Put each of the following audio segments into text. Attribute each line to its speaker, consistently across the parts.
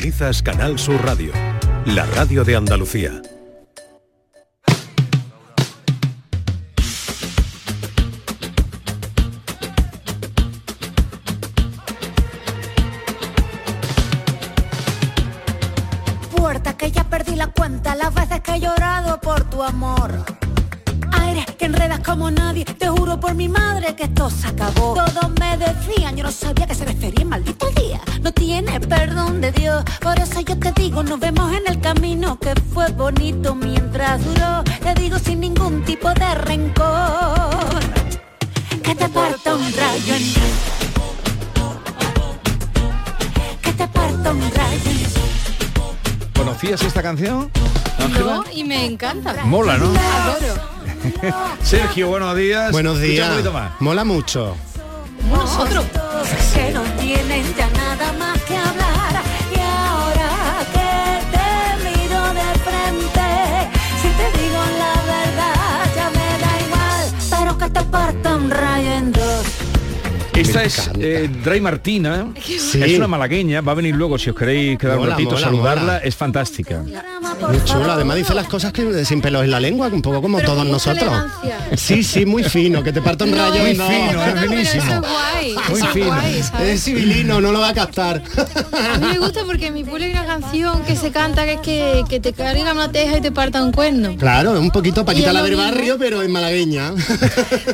Speaker 1: Sintonizas Canal Sur Radio, la radio de Andalucía.
Speaker 2: Puerta que ya perdí la cuenta las veces que he llorado por tu amor. Aire que enredas como nadie, te juro por mi madre que esto se acabó. Todos me decían, yo no sabía a qué se refería, maldito día. No tiene perdón de Dios, por eso yo te digo, nos vemos en el camino que fue bonito mientras duró. Te digo sin ningún tipo de rencor, que te parta un rayo en Que te parta un rayo en
Speaker 3: ¿Conocías esta canción? Ángela?
Speaker 4: No, y me encanta.
Speaker 3: Mola, ¿no?
Speaker 4: Adoro.
Speaker 3: Sergio, buenos días.
Speaker 5: Buenos
Speaker 3: Escucha
Speaker 5: días.
Speaker 3: un poquito más.
Speaker 5: Mola mucho.
Speaker 4: Nosotros.
Speaker 2: que no tienen ya nada más que hablar y ahora que te miro de frente si te digo la verdad ya me da igual pero que te parta un rayo en dos
Speaker 3: Esta
Speaker 5: Me
Speaker 3: es
Speaker 5: encanta.
Speaker 3: eh, Dray Martina.
Speaker 5: Sí.
Speaker 3: Es una malagueña, va a venir luego si os queréis quedar un
Speaker 5: Mola,
Speaker 3: ratito,
Speaker 5: mola,
Speaker 3: saludarla,
Speaker 5: mola.
Speaker 3: es fantástica.
Speaker 2: Drama, por
Speaker 5: Muy chulo.
Speaker 2: favor.
Speaker 5: Además dice las cosas que eh, sin pelos en la lengua, un poco como
Speaker 4: Pero
Speaker 5: todos
Speaker 4: con mucha
Speaker 5: nosotros.
Speaker 4: elegancia.
Speaker 5: Sí, sí, muy fino. Que te parta un rayo.
Speaker 4: muy
Speaker 5: y no.
Speaker 3: fino,
Speaker 4: es
Speaker 3: es
Speaker 4: Eso
Speaker 3: buenísimo.
Speaker 4: es guay.
Speaker 3: Muy
Speaker 4: eso es
Speaker 3: fino.
Speaker 4: guay, ¿sabes?
Speaker 5: Es civilino, no lo va a captar.
Speaker 4: A mí me gusta porque en mi pueblo hay una canción que se canta que es que, que te carga una teja y te parta un cuerno.
Speaker 5: Claro, es un poquito
Speaker 4: Y
Speaker 5: Paquita
Speaker 4: es
Speaker 5: la
Speaker 4: lo
Speaker 5: del
Speaker 4: mismo.
Speaker 5: barrio, pero en malagueña.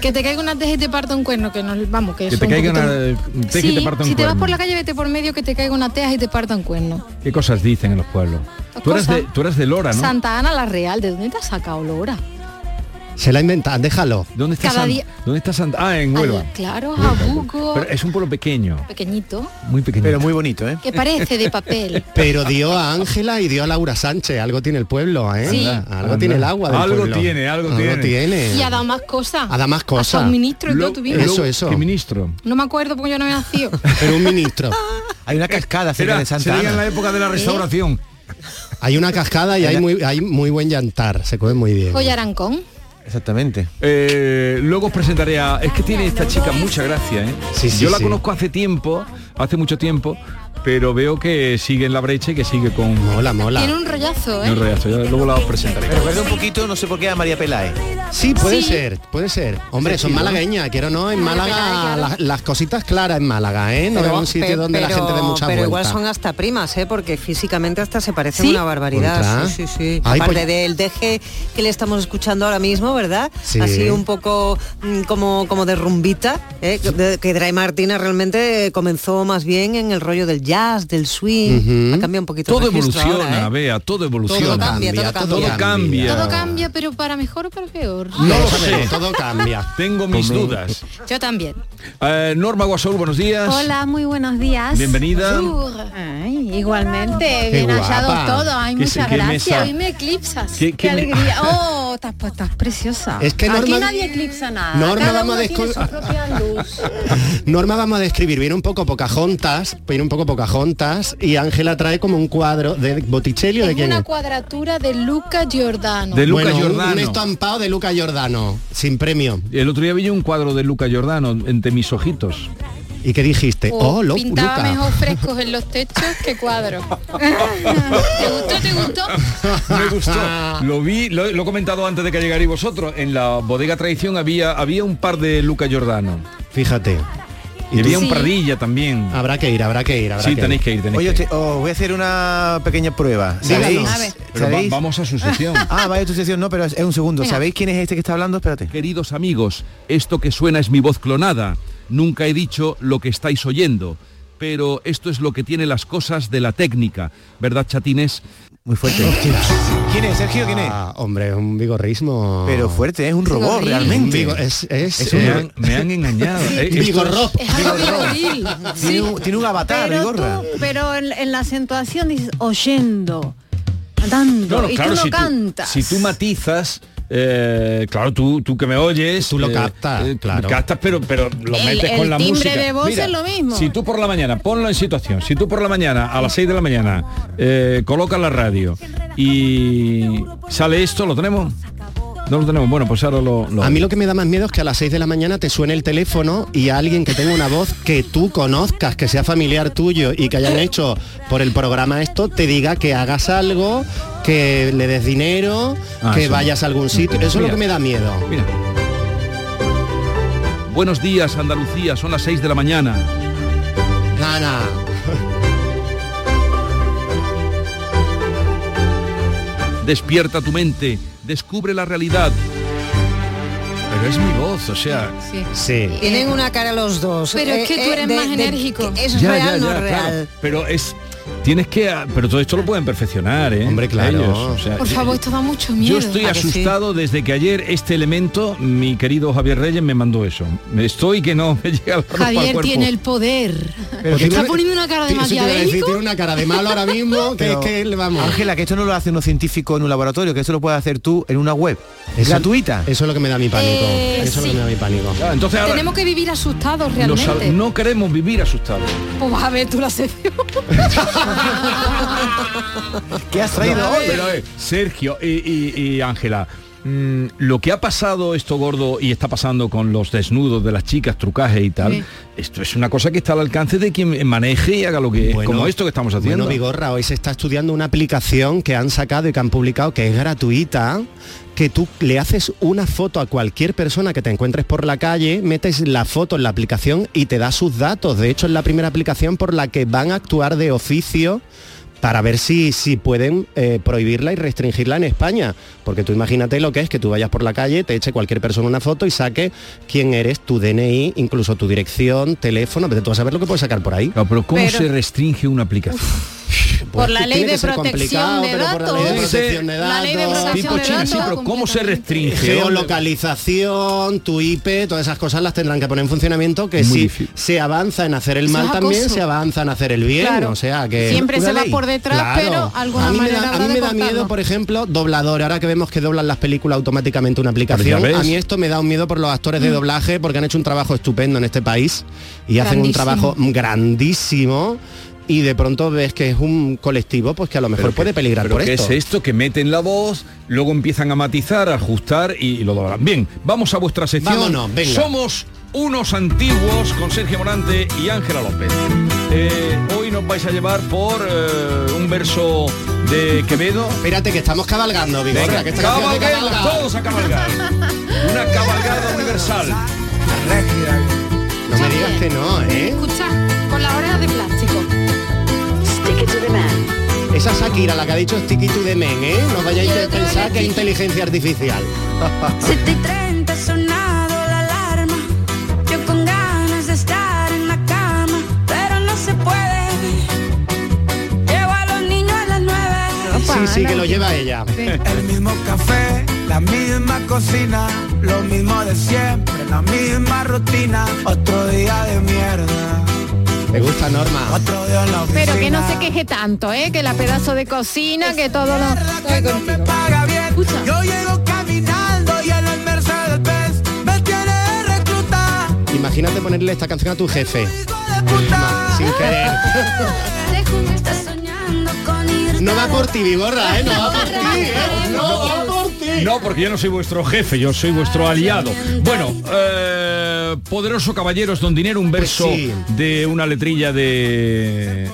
Speaker 4: Que te caiga una teja y te parta un cuerno, que no, vamos, que,
Speaker 3: Que
Speaker 4: eso
Speaker 3: te
Speaker 4: un
Speaker 3: caiga
Speaker 4: poquito-
Speaker 3: una teja y
Speaker 4: Sí,
Speaker 3: te parta un
Speaker 4: Si te vas
Speaker 3: cuerno.
Speaker 4: por la calle vete por medio que te caiga una teja y te parta un cuerno.
Speaker 3: ¿Qué cosas dicen en los pueblos? Tú eres,
Speaker 4: Cosa.
Speaker 3: de, tú eres de Lora, ¿no?
Speaker 4: Santa Ana la Real, ¿de dónde te has sacado Lora?
Speaker 5: Se la inventan, déjalo.
Speaker 3: ¿Dónde está
Speaker 4: Cada
Speaker 3: San-
Speaker 4: día-
Speaker 3: ¿Dónde está Santa? Ah, en Huelva.
Speaker 4: Ay, claro,
Speaker 3: Huelva,
Speaker 4: Jabugo,
Speaker 3: Pero eh. es un pueblo pequeño,
Speaker 4: pequeñito,
Speaker 3: muy pequeño.
Speaker 6: Pero muy bonito, ¿eh?
Speaker 4: que parece de papel.
Speaker 5: Pero dio a Ángela y dio a Laura Sánchez. Algo tiene el pueblo, ¿eh?
Speaker 4: Sí.
Speaker 5: Algo tiene el agua. del
Speaker 3: Algo
Speaker 5: pueblo.
Speaker 3: tiene, algo tiene. Eh.
Speaker 4: Y ha dado más cosas.
Speaker 5: Ha dado más
Speaker 4: Hasta
Speaker 5: cosas.
Speaker 4: un ministro y todo tuvimos.
Speaker 5: eso, eso.
Speaker 3: ¿Qué ministro?
Speaker 4: No me acuerdo porque yo no había nacido.
Speaker 5: Pero un ministro.
Speaker 6: Hay una cascada cerca
Speaker 3: Era-
Speaker 6: de
Speaker 3: se
Speaker 6: Santa
Speaker 3: diga en la
Speaker 6: Ana. ¿Eh?
Speaker 3: época de la restauración.
Speaker 5: Hay una cascada y hay muy, hay muy buen llantar. Se come muy bien.
Speaker 4: Oye, Arancón.
Speaker 6: Exactamente.
Speaker 3: Eh, luego os presentaré a... Es que tiene esta chica mucha gracia, ¿eh?
Speaker 5: Sí, sí,
Speaker 3: Yo la
Speaker 5: sí.
Speaker 3: conozco hace tiempo, hace mucho tiempo, pero veo que sigue en la brecha y que sigue con...
Speaker 5: Mola, mola.
Speaker 4: Tiene un rollazo, ¿eh?
Speaker 3: No, regazo, ya luego la os presentaré.
Speaker 6: Recuerda un poquito, no sé por qué, a María Peláez.
Speaker 5: Sí, puede
Speaker 4: Sí.
Speaker 5: ser, puede ser. Hombre, son malagueñas, quiero no, en Málaga las, las cositas claras en Málaga, ¿eh? No es un sitio
Speaker 7: pe-
Speaker 5: donde la
Speaker 7: pero-
Speaker 5: gente de muchas
Speaker 7: Pero igual
Speaker 5: vueltas.
Speaker 7: son hasta primas, ¿eh? porque físicamente hasta se parecen
Speaker 4: ¿Sí?
Speaker 7: una barbaridad.
Speaker 5: Contra.
Speaker 7: Sí, sí, sí.
Speaker 5: Ay,
Speaker 7: Aparte
Speaker 5: pues-
Speaker 7: del deje que le estamos escuchando ahora mismo, ¿verdad?
Speaker 5: Sí.
Speaker 7: Así un poco mm, como, como de rumbita, ¿eh? que, de- que Dray Martina realmente eh, comenzó más bien en el rollo del jazz, del swing. Ha cambiado un poquito el
Speaker 3: Todo
Speaker 7: registro
Speaker 3: evoluciona,
Speaker 7: ahora, ¿eh?
Speaker 3: vea, todo evoluciona.
Speaker 7: Todo cambia, todo
Speaker 3: cambia. Todo cambia.
Speaker 4: Todo cambia, pero para mejor o para peor.
Speaker 5: No lo
Speaker 3: sé.
Speaker 5: sabemos, todo cambia.
Speaker 3: Tengo mis dudas.
Speaker 4: Yo también.
Speaker 3: Eh, Norma Guasol, buenos días.
Speaker 8: Hola, muy buenos días.
Speaker 3: Bienvenida.
Speaker 8: Ay, igualmente,
Speaker 5: Qué
Speaker 8: bien hallados
Speaker 5: guapa.
Speaker 8: todos. Ay,
Speaker 3: Qué se-
Speaker 8: muchas
Speaker 3: qué
Speaker 8: gracias.
Speaker 3: mesa.
Speaker 4: Hoy me eclipsas.
Speaker 3: ¿Qué- qué
Speaker 8: Qué
Speaker 3: me-
Speaker 8: alegría. Oh, estás, pues, estás preciosa.
Speaker 5: Es que
Speaker 8: Aquí
Speaker 5: Norma-
Speaker 8: nadie eclipsa nada.
Speaker 5: Norma,
Speaker 8: Cada
Speaker 5: vamos a
Speaker 8: uno tiene
Speaker 5: descol-
Speaker 8: su propia luz.
Speaker 5: Norma vamos a describir, viene un poco Pocahontas, viene un poco Pocahontas y Ángela trae como un cuadro de Botticelli o de
Speaker 4: Es
Speaker 5: quién
Speaker 4: una
Speaker 5: es.
Speaker 4: cuadratura de Luca Giordano.
Speaker 3: De Luca
Speaker 5: Bueno, un- un
Speaker 3: Giordano.
Speaker 5: estampado de Luca Giordano, sin premio.
Speaker 3: El otro día vi yo un cuadro de Luca Giordano entre mis ojitos.
Speaker 5: ¿Y qué dijiste?
Speaker 4: Oh,
Speaker 5: Oh, lo,
Speaker 4: pintaba
Speaker 5: Luca.
Speaker 4: mejor frescos en los techos que cuadros. ¿Te gustó? ¿Te gustó?
Speaker 3: Me gustó. Lo vi, lo, lo he comentado antes de que llegarais vosotros. En la bodega tradición había, había un par de Luca Giordano.
Speaker 5: Fíjate.
Speaker 3: Y había
Speaker 4: tú?
Speaker 3: un parrilla también.
Speaker 5: Habrá que ir, habrá que ir, habrá
Speaker 3: sí,
Speaker 5: que
Speaker 3: tenéis
Speaker 5: ir.
Speaker 3: que ir, tenéis
Speaker 6: Oye,
Speaker 3: que
Speaker 6: te-
Speaker 3: ir.
Speaker 6: os voy a hacer una pequeña prueba. ¿Sabéis?
Speaker 5: Díganos. A
Speaker 8: ver.
Speaker 3: Pero va-
Speaker 6: ¿Sabéis?
Speaker 3: vamos a su sección.
Speaker 6: Ah, vaya tu sesión, no, pero es es un segundo. ¿Sabéis quién es este que está hablando? Espérate.
Speaker 3: Queridos amigos, esto que suena es mi voz clonada. Nunca he dicho lo que estáis oyendo, pero esto es lo que tiene las cosas de la técnica, ¿verdad, chatines?
Speaker 6: Muy fuerte. ¿Quién es, Sergio? ¿Quién es?
Speaker 5: Ah, hombre, es un vigorismo.
Speaker 6: Pero fuerte, es un robot
Speaker 4: horrible.
Speaker 5: Un
Speaker 6: realmente.
Speaker 5: vigo- es, es,
Speaker 6: Es
Speaker 3: Me
Speaker 5: eh,
Speaker 3: han, me han engañado. Eh, esto es-
Speaker 5: vigorrop.
Speaker 4: Es algo vigoril.
Speaker 6: Tiene, un, tiene un avatar,
Speaker 8: Pero,
Speaker 6: Gorra.
Speaker 8: tú- pero en, en la acentuación dices oyendo, cantando,
Speaker 3: No, no,
Speaker 8: y
Speaker 3: claro,
Speaker 8: tú no
Speaker 3: si,
Speaker 8: cantas.
Speaker 3: Tú, si tú matizas, eh, claro, tú, tú que me oyes, eh,
Speaker 5: Tú lo captas, claro.
Speaker 3: Captas, pero, pero lo
Speaker 8: El-
Speaker 3: metes con
Speaker 8: el
Speaker 3: la
Speaker 8: timbre
Speaker 3: música.
Speaker 8: de voz es lo mismo.
Speaker 3: Si tú por la mañana, ponlo en situación, si tú por la mañana, a las 6 de la mañana, eh, colocas la radio y sale esto, ¿lo tenemos?
Speaker 8: No lo tenemos. Bueno, pues ahora lo... lo-
Speaker 5: A mí lo que me da más miedo es que a las 6 de la mañana te suene el teléfono y a alguien que tenga una voz que tú conozcas, que sea familiar tuyo y que hayan hecho por el programa esto, te diga que hagas algo, que le des dinero,
Speaker 8: Ah,
Speaker 5: que
Speaker 8: eso.
Speaker 5: vayas a algún sitio. Eso es lo
Speaker 8: Mira.
Speaker 5: que me da miedo.
Speaker 8: Mira. Buenos días, Andalucía. Son las 6 de la mañana.
Speaker 5: Nana.
Speaker 8: Despierta tu mente. Descubre la realidad. Pero es mi voz, o sea...
Speaker 4: Sí.
Speaker 5: Sí.
Speaker 7: Tienen una cara los dos. ¿eh?
Speaker 4: Pero es que tú eres más enérgico.
Speaker 7: que ¿Es real o no es real?
Speaker 3: Pero es. Tienes que. a- Pero todo esto lo pueden perfeccionar, ¿eh?
Speaker 5: Hombre, claro.
Speaker 3: Ellos, o sea,
Speaker 4: Por
Speaker 3: eh,
Speaker 4: favor, esto da mucho miedo.
Speaker 3: Yo estoy
Speaker 7: ¿A que sí?
Speaker 3: asustado desde que ayer este elemento, mi querido Javier Reyes, me mandó eso. Estoy que no me llega la ropa al
Speaker 4: Javier
Speaker 3: cuerpo.
Speaker 4: tiene el poder. Está poniendo una cara de
Speaker 5: Eso te iba a decir,
Speaker 4: maquiavélico.
Speaker 5: Tiene una cara de malo ahora mismo, que es
Speaker 6: Pero,
Speaker 5: que le vamos.
Speaker 6: Ángela, que esto no lo hace un científico en un laboratorio, que esto lo puedes hacer tú en una web.
Speaker 5: Eso-
Speaker 6: gratuita.
Speaker 5: Eso es lo que me da mi pánico.
Speaker 4: Eh,
Speaker 5: eso es lo
Speaker 4: sí.
Speaker 5: que me da mi pánico.
Speaker 3: Ah, entonces ahora
Speaker 4: Tenemos que vivir asustados
Speaker 3: no
Speaker 4: realmente.
Speaker 3: sab- no queremos vivir asustados.
Speaker 4: Pues vas a ver tú la sección.
Speaker 6: ¿Qué has traído
Speaker 3: No,
Speaker 6: hoy?
Speaker 3: pero, eh, Sergio y- y y Ángela, mm, lo que ha pasado esto gordo y está pasando con los desnudos de las chicas, trucaje y tal,
Speaker 4: Sí.
Speaker 3: esto es una cosa que está al alcance de quien maneje y haga lo que
Speaker 5: Bueno,
Speaker 3: como esto que estamos haciendo.
Speaker 5: Bueno, Vigorra, hoy se está estudiando una aplicación que han sacado y que han publicado que es gratuita, que tú le haces una foto a cualquier persona que te encuentres por la calle, metes la foto en la aplicación y te da sus datos. De hecho, es la primera aplicación por la que van a actuar de oficio para ver si, si pueden eh, prohibirla y restringirla en España. Porque tú imagínate lo que es que tú vayas por la calle, te eche cualquier persona una foto y saque quién eres, tu DNI, incluso tu dirección, teléfono, pero tú vas a ver lo que puedes sacar por ahí.
Speaker 3: Claro, pero ¿cómo
Speaker 9: Pero-
Speaker 3: se restringe una aplicación?
Speaker 5: Pues
Speaker 9: Por la ley
Speaker 5: tiene que
Speaker 9: de
Speaker 5: ser
Speaker 9: protección
Speaker 5: complicado,
Speaker 9: de
Speaker 5: pero por la ley de
Speaker 9: datos.
Speaker 5: protección de
Speaker 9: La ley de
Speaker 5: datos,
Speaker 9: protección
Speaker 3: Tipo
Speaker 9: de
Speaker 3: China,
Speaker 9: datos.
Speaker 3: sí, pero ¿cómo se restringe?
Speaker 5: Geolocalización, tu IP, todas esas cosas las tendrán que poner en funcionamiento que
Speaker 3: Muy
Speaker 5: si
Speaker 3: difícil.
Speaker 5: se avanza en hacer el
Speaker 4: Eso es
Speaker 5: mal también,
Speaker 4: acoso.
Speaker 5: se avanza en hacer el bien,
Speaker 9: Claro.
Speaker 5: o sea que
Speaker 9: Siempre se
Speaker 5: Una
Speaker 9: va por detrás, pero alguna
Speaker 5: a mí
Speaker 9: manera
Speaker 5: me da, a
Speaker 9: habrá
Speaker 5: mí
Speaker 9: de
Speaker 5: me da
Speaker 9: cortarlo.
Speaker 5: miedo, por ejemplo, doblador, ahora que vemos que doblan las películas automáticamente una aplicación,
Speaker 3: ves.
Speaker 5: a mí esto me da un miedo por los actores
Speaker 9: Mm.
Speaker 5: de doblaje porque han hecho un trabajo estupendo en este país y hacen
Speaker 4: Grandísimo.
Speaker 5: un trabajo grandísimo. Y de pronto ves que es un colectivo pues que a lo mejor
Speaker 3: Pero
Speaker 5: puede
Speaker 3: que-
Speaker 5: peligrar
Speaker 3: pero
Speaker 5: por
Speaker 3: ¿qué
Speaker 5: esto.
Speaker 3: es esto? Que meten la voz, luego empiezan a matizar, a ajustar y, y lo doblan. Bien, vamos a vuestra sección.
Speaker 5: Vámonos, venga.
Speaker 3: Somos unos antiguos con Sergio Morante y Ángela López. Eh, hoy nos vais a llevar por eh, un verso de Quevedo.
Speaker 5: Espérate que estamos cabalgando, Vigorra,
Speaker 3: Venga,
Speaker 5: que esta canción de
Speaker 3: cabalguemos,
Speaker 5: cabalgar.
Speaker 3: todos a cabalgar. Una cabalgada universal.
Speaker 5: No me digas que no, ¿eh?
Speaker 4: Escucha, con las orejas de plástico.
Speaker 5: Esa Shakira, la que ha dicho Sticky to the Men, ¿eh? No vayáis a pensar que es inteligencia artificial.
Speaker 2: 7 y 30 ha sonado la alarma. Yo con ganas de estar en la cama, pero no se puede. Llevo a los niños a las 9.
Speaker 5: Sí, sí, que lo lleva ella.
Speaker 10: El mismo café, la misma cocina, lo mismo de siempre, la misma rutina, otro día de mierda,
Speaker 5: Me gusta Norma.
Speaker 10: otro día en la oficina.
Speaker 9: Pero que no se queje tanto, ¿eh? Que la pedazo de cocina, que todo lo...
Speaker 10: que no me paga bien.
Speaker 9: Escucha.
Speaker 10: Yo llego caminando y en el Mercedes Benz me tiene de recluta,
Speaker 5: Imagínate ponerle esta canción a tu jefe.
Speaker 10: hijo de puta.
Speaker 5: Sin querer. No va por ti, Vigorra, ¿eh? No va por ti, ¿eh? No va por ti.
Speaker 3: No, porque yo no soy vuestro jefe, yo soy vuestro aliado. Bueno, eh, poderoso caballeros don dinero, un verso
Speaker 5: Pues sí.
Speaker 3: de una letrilla de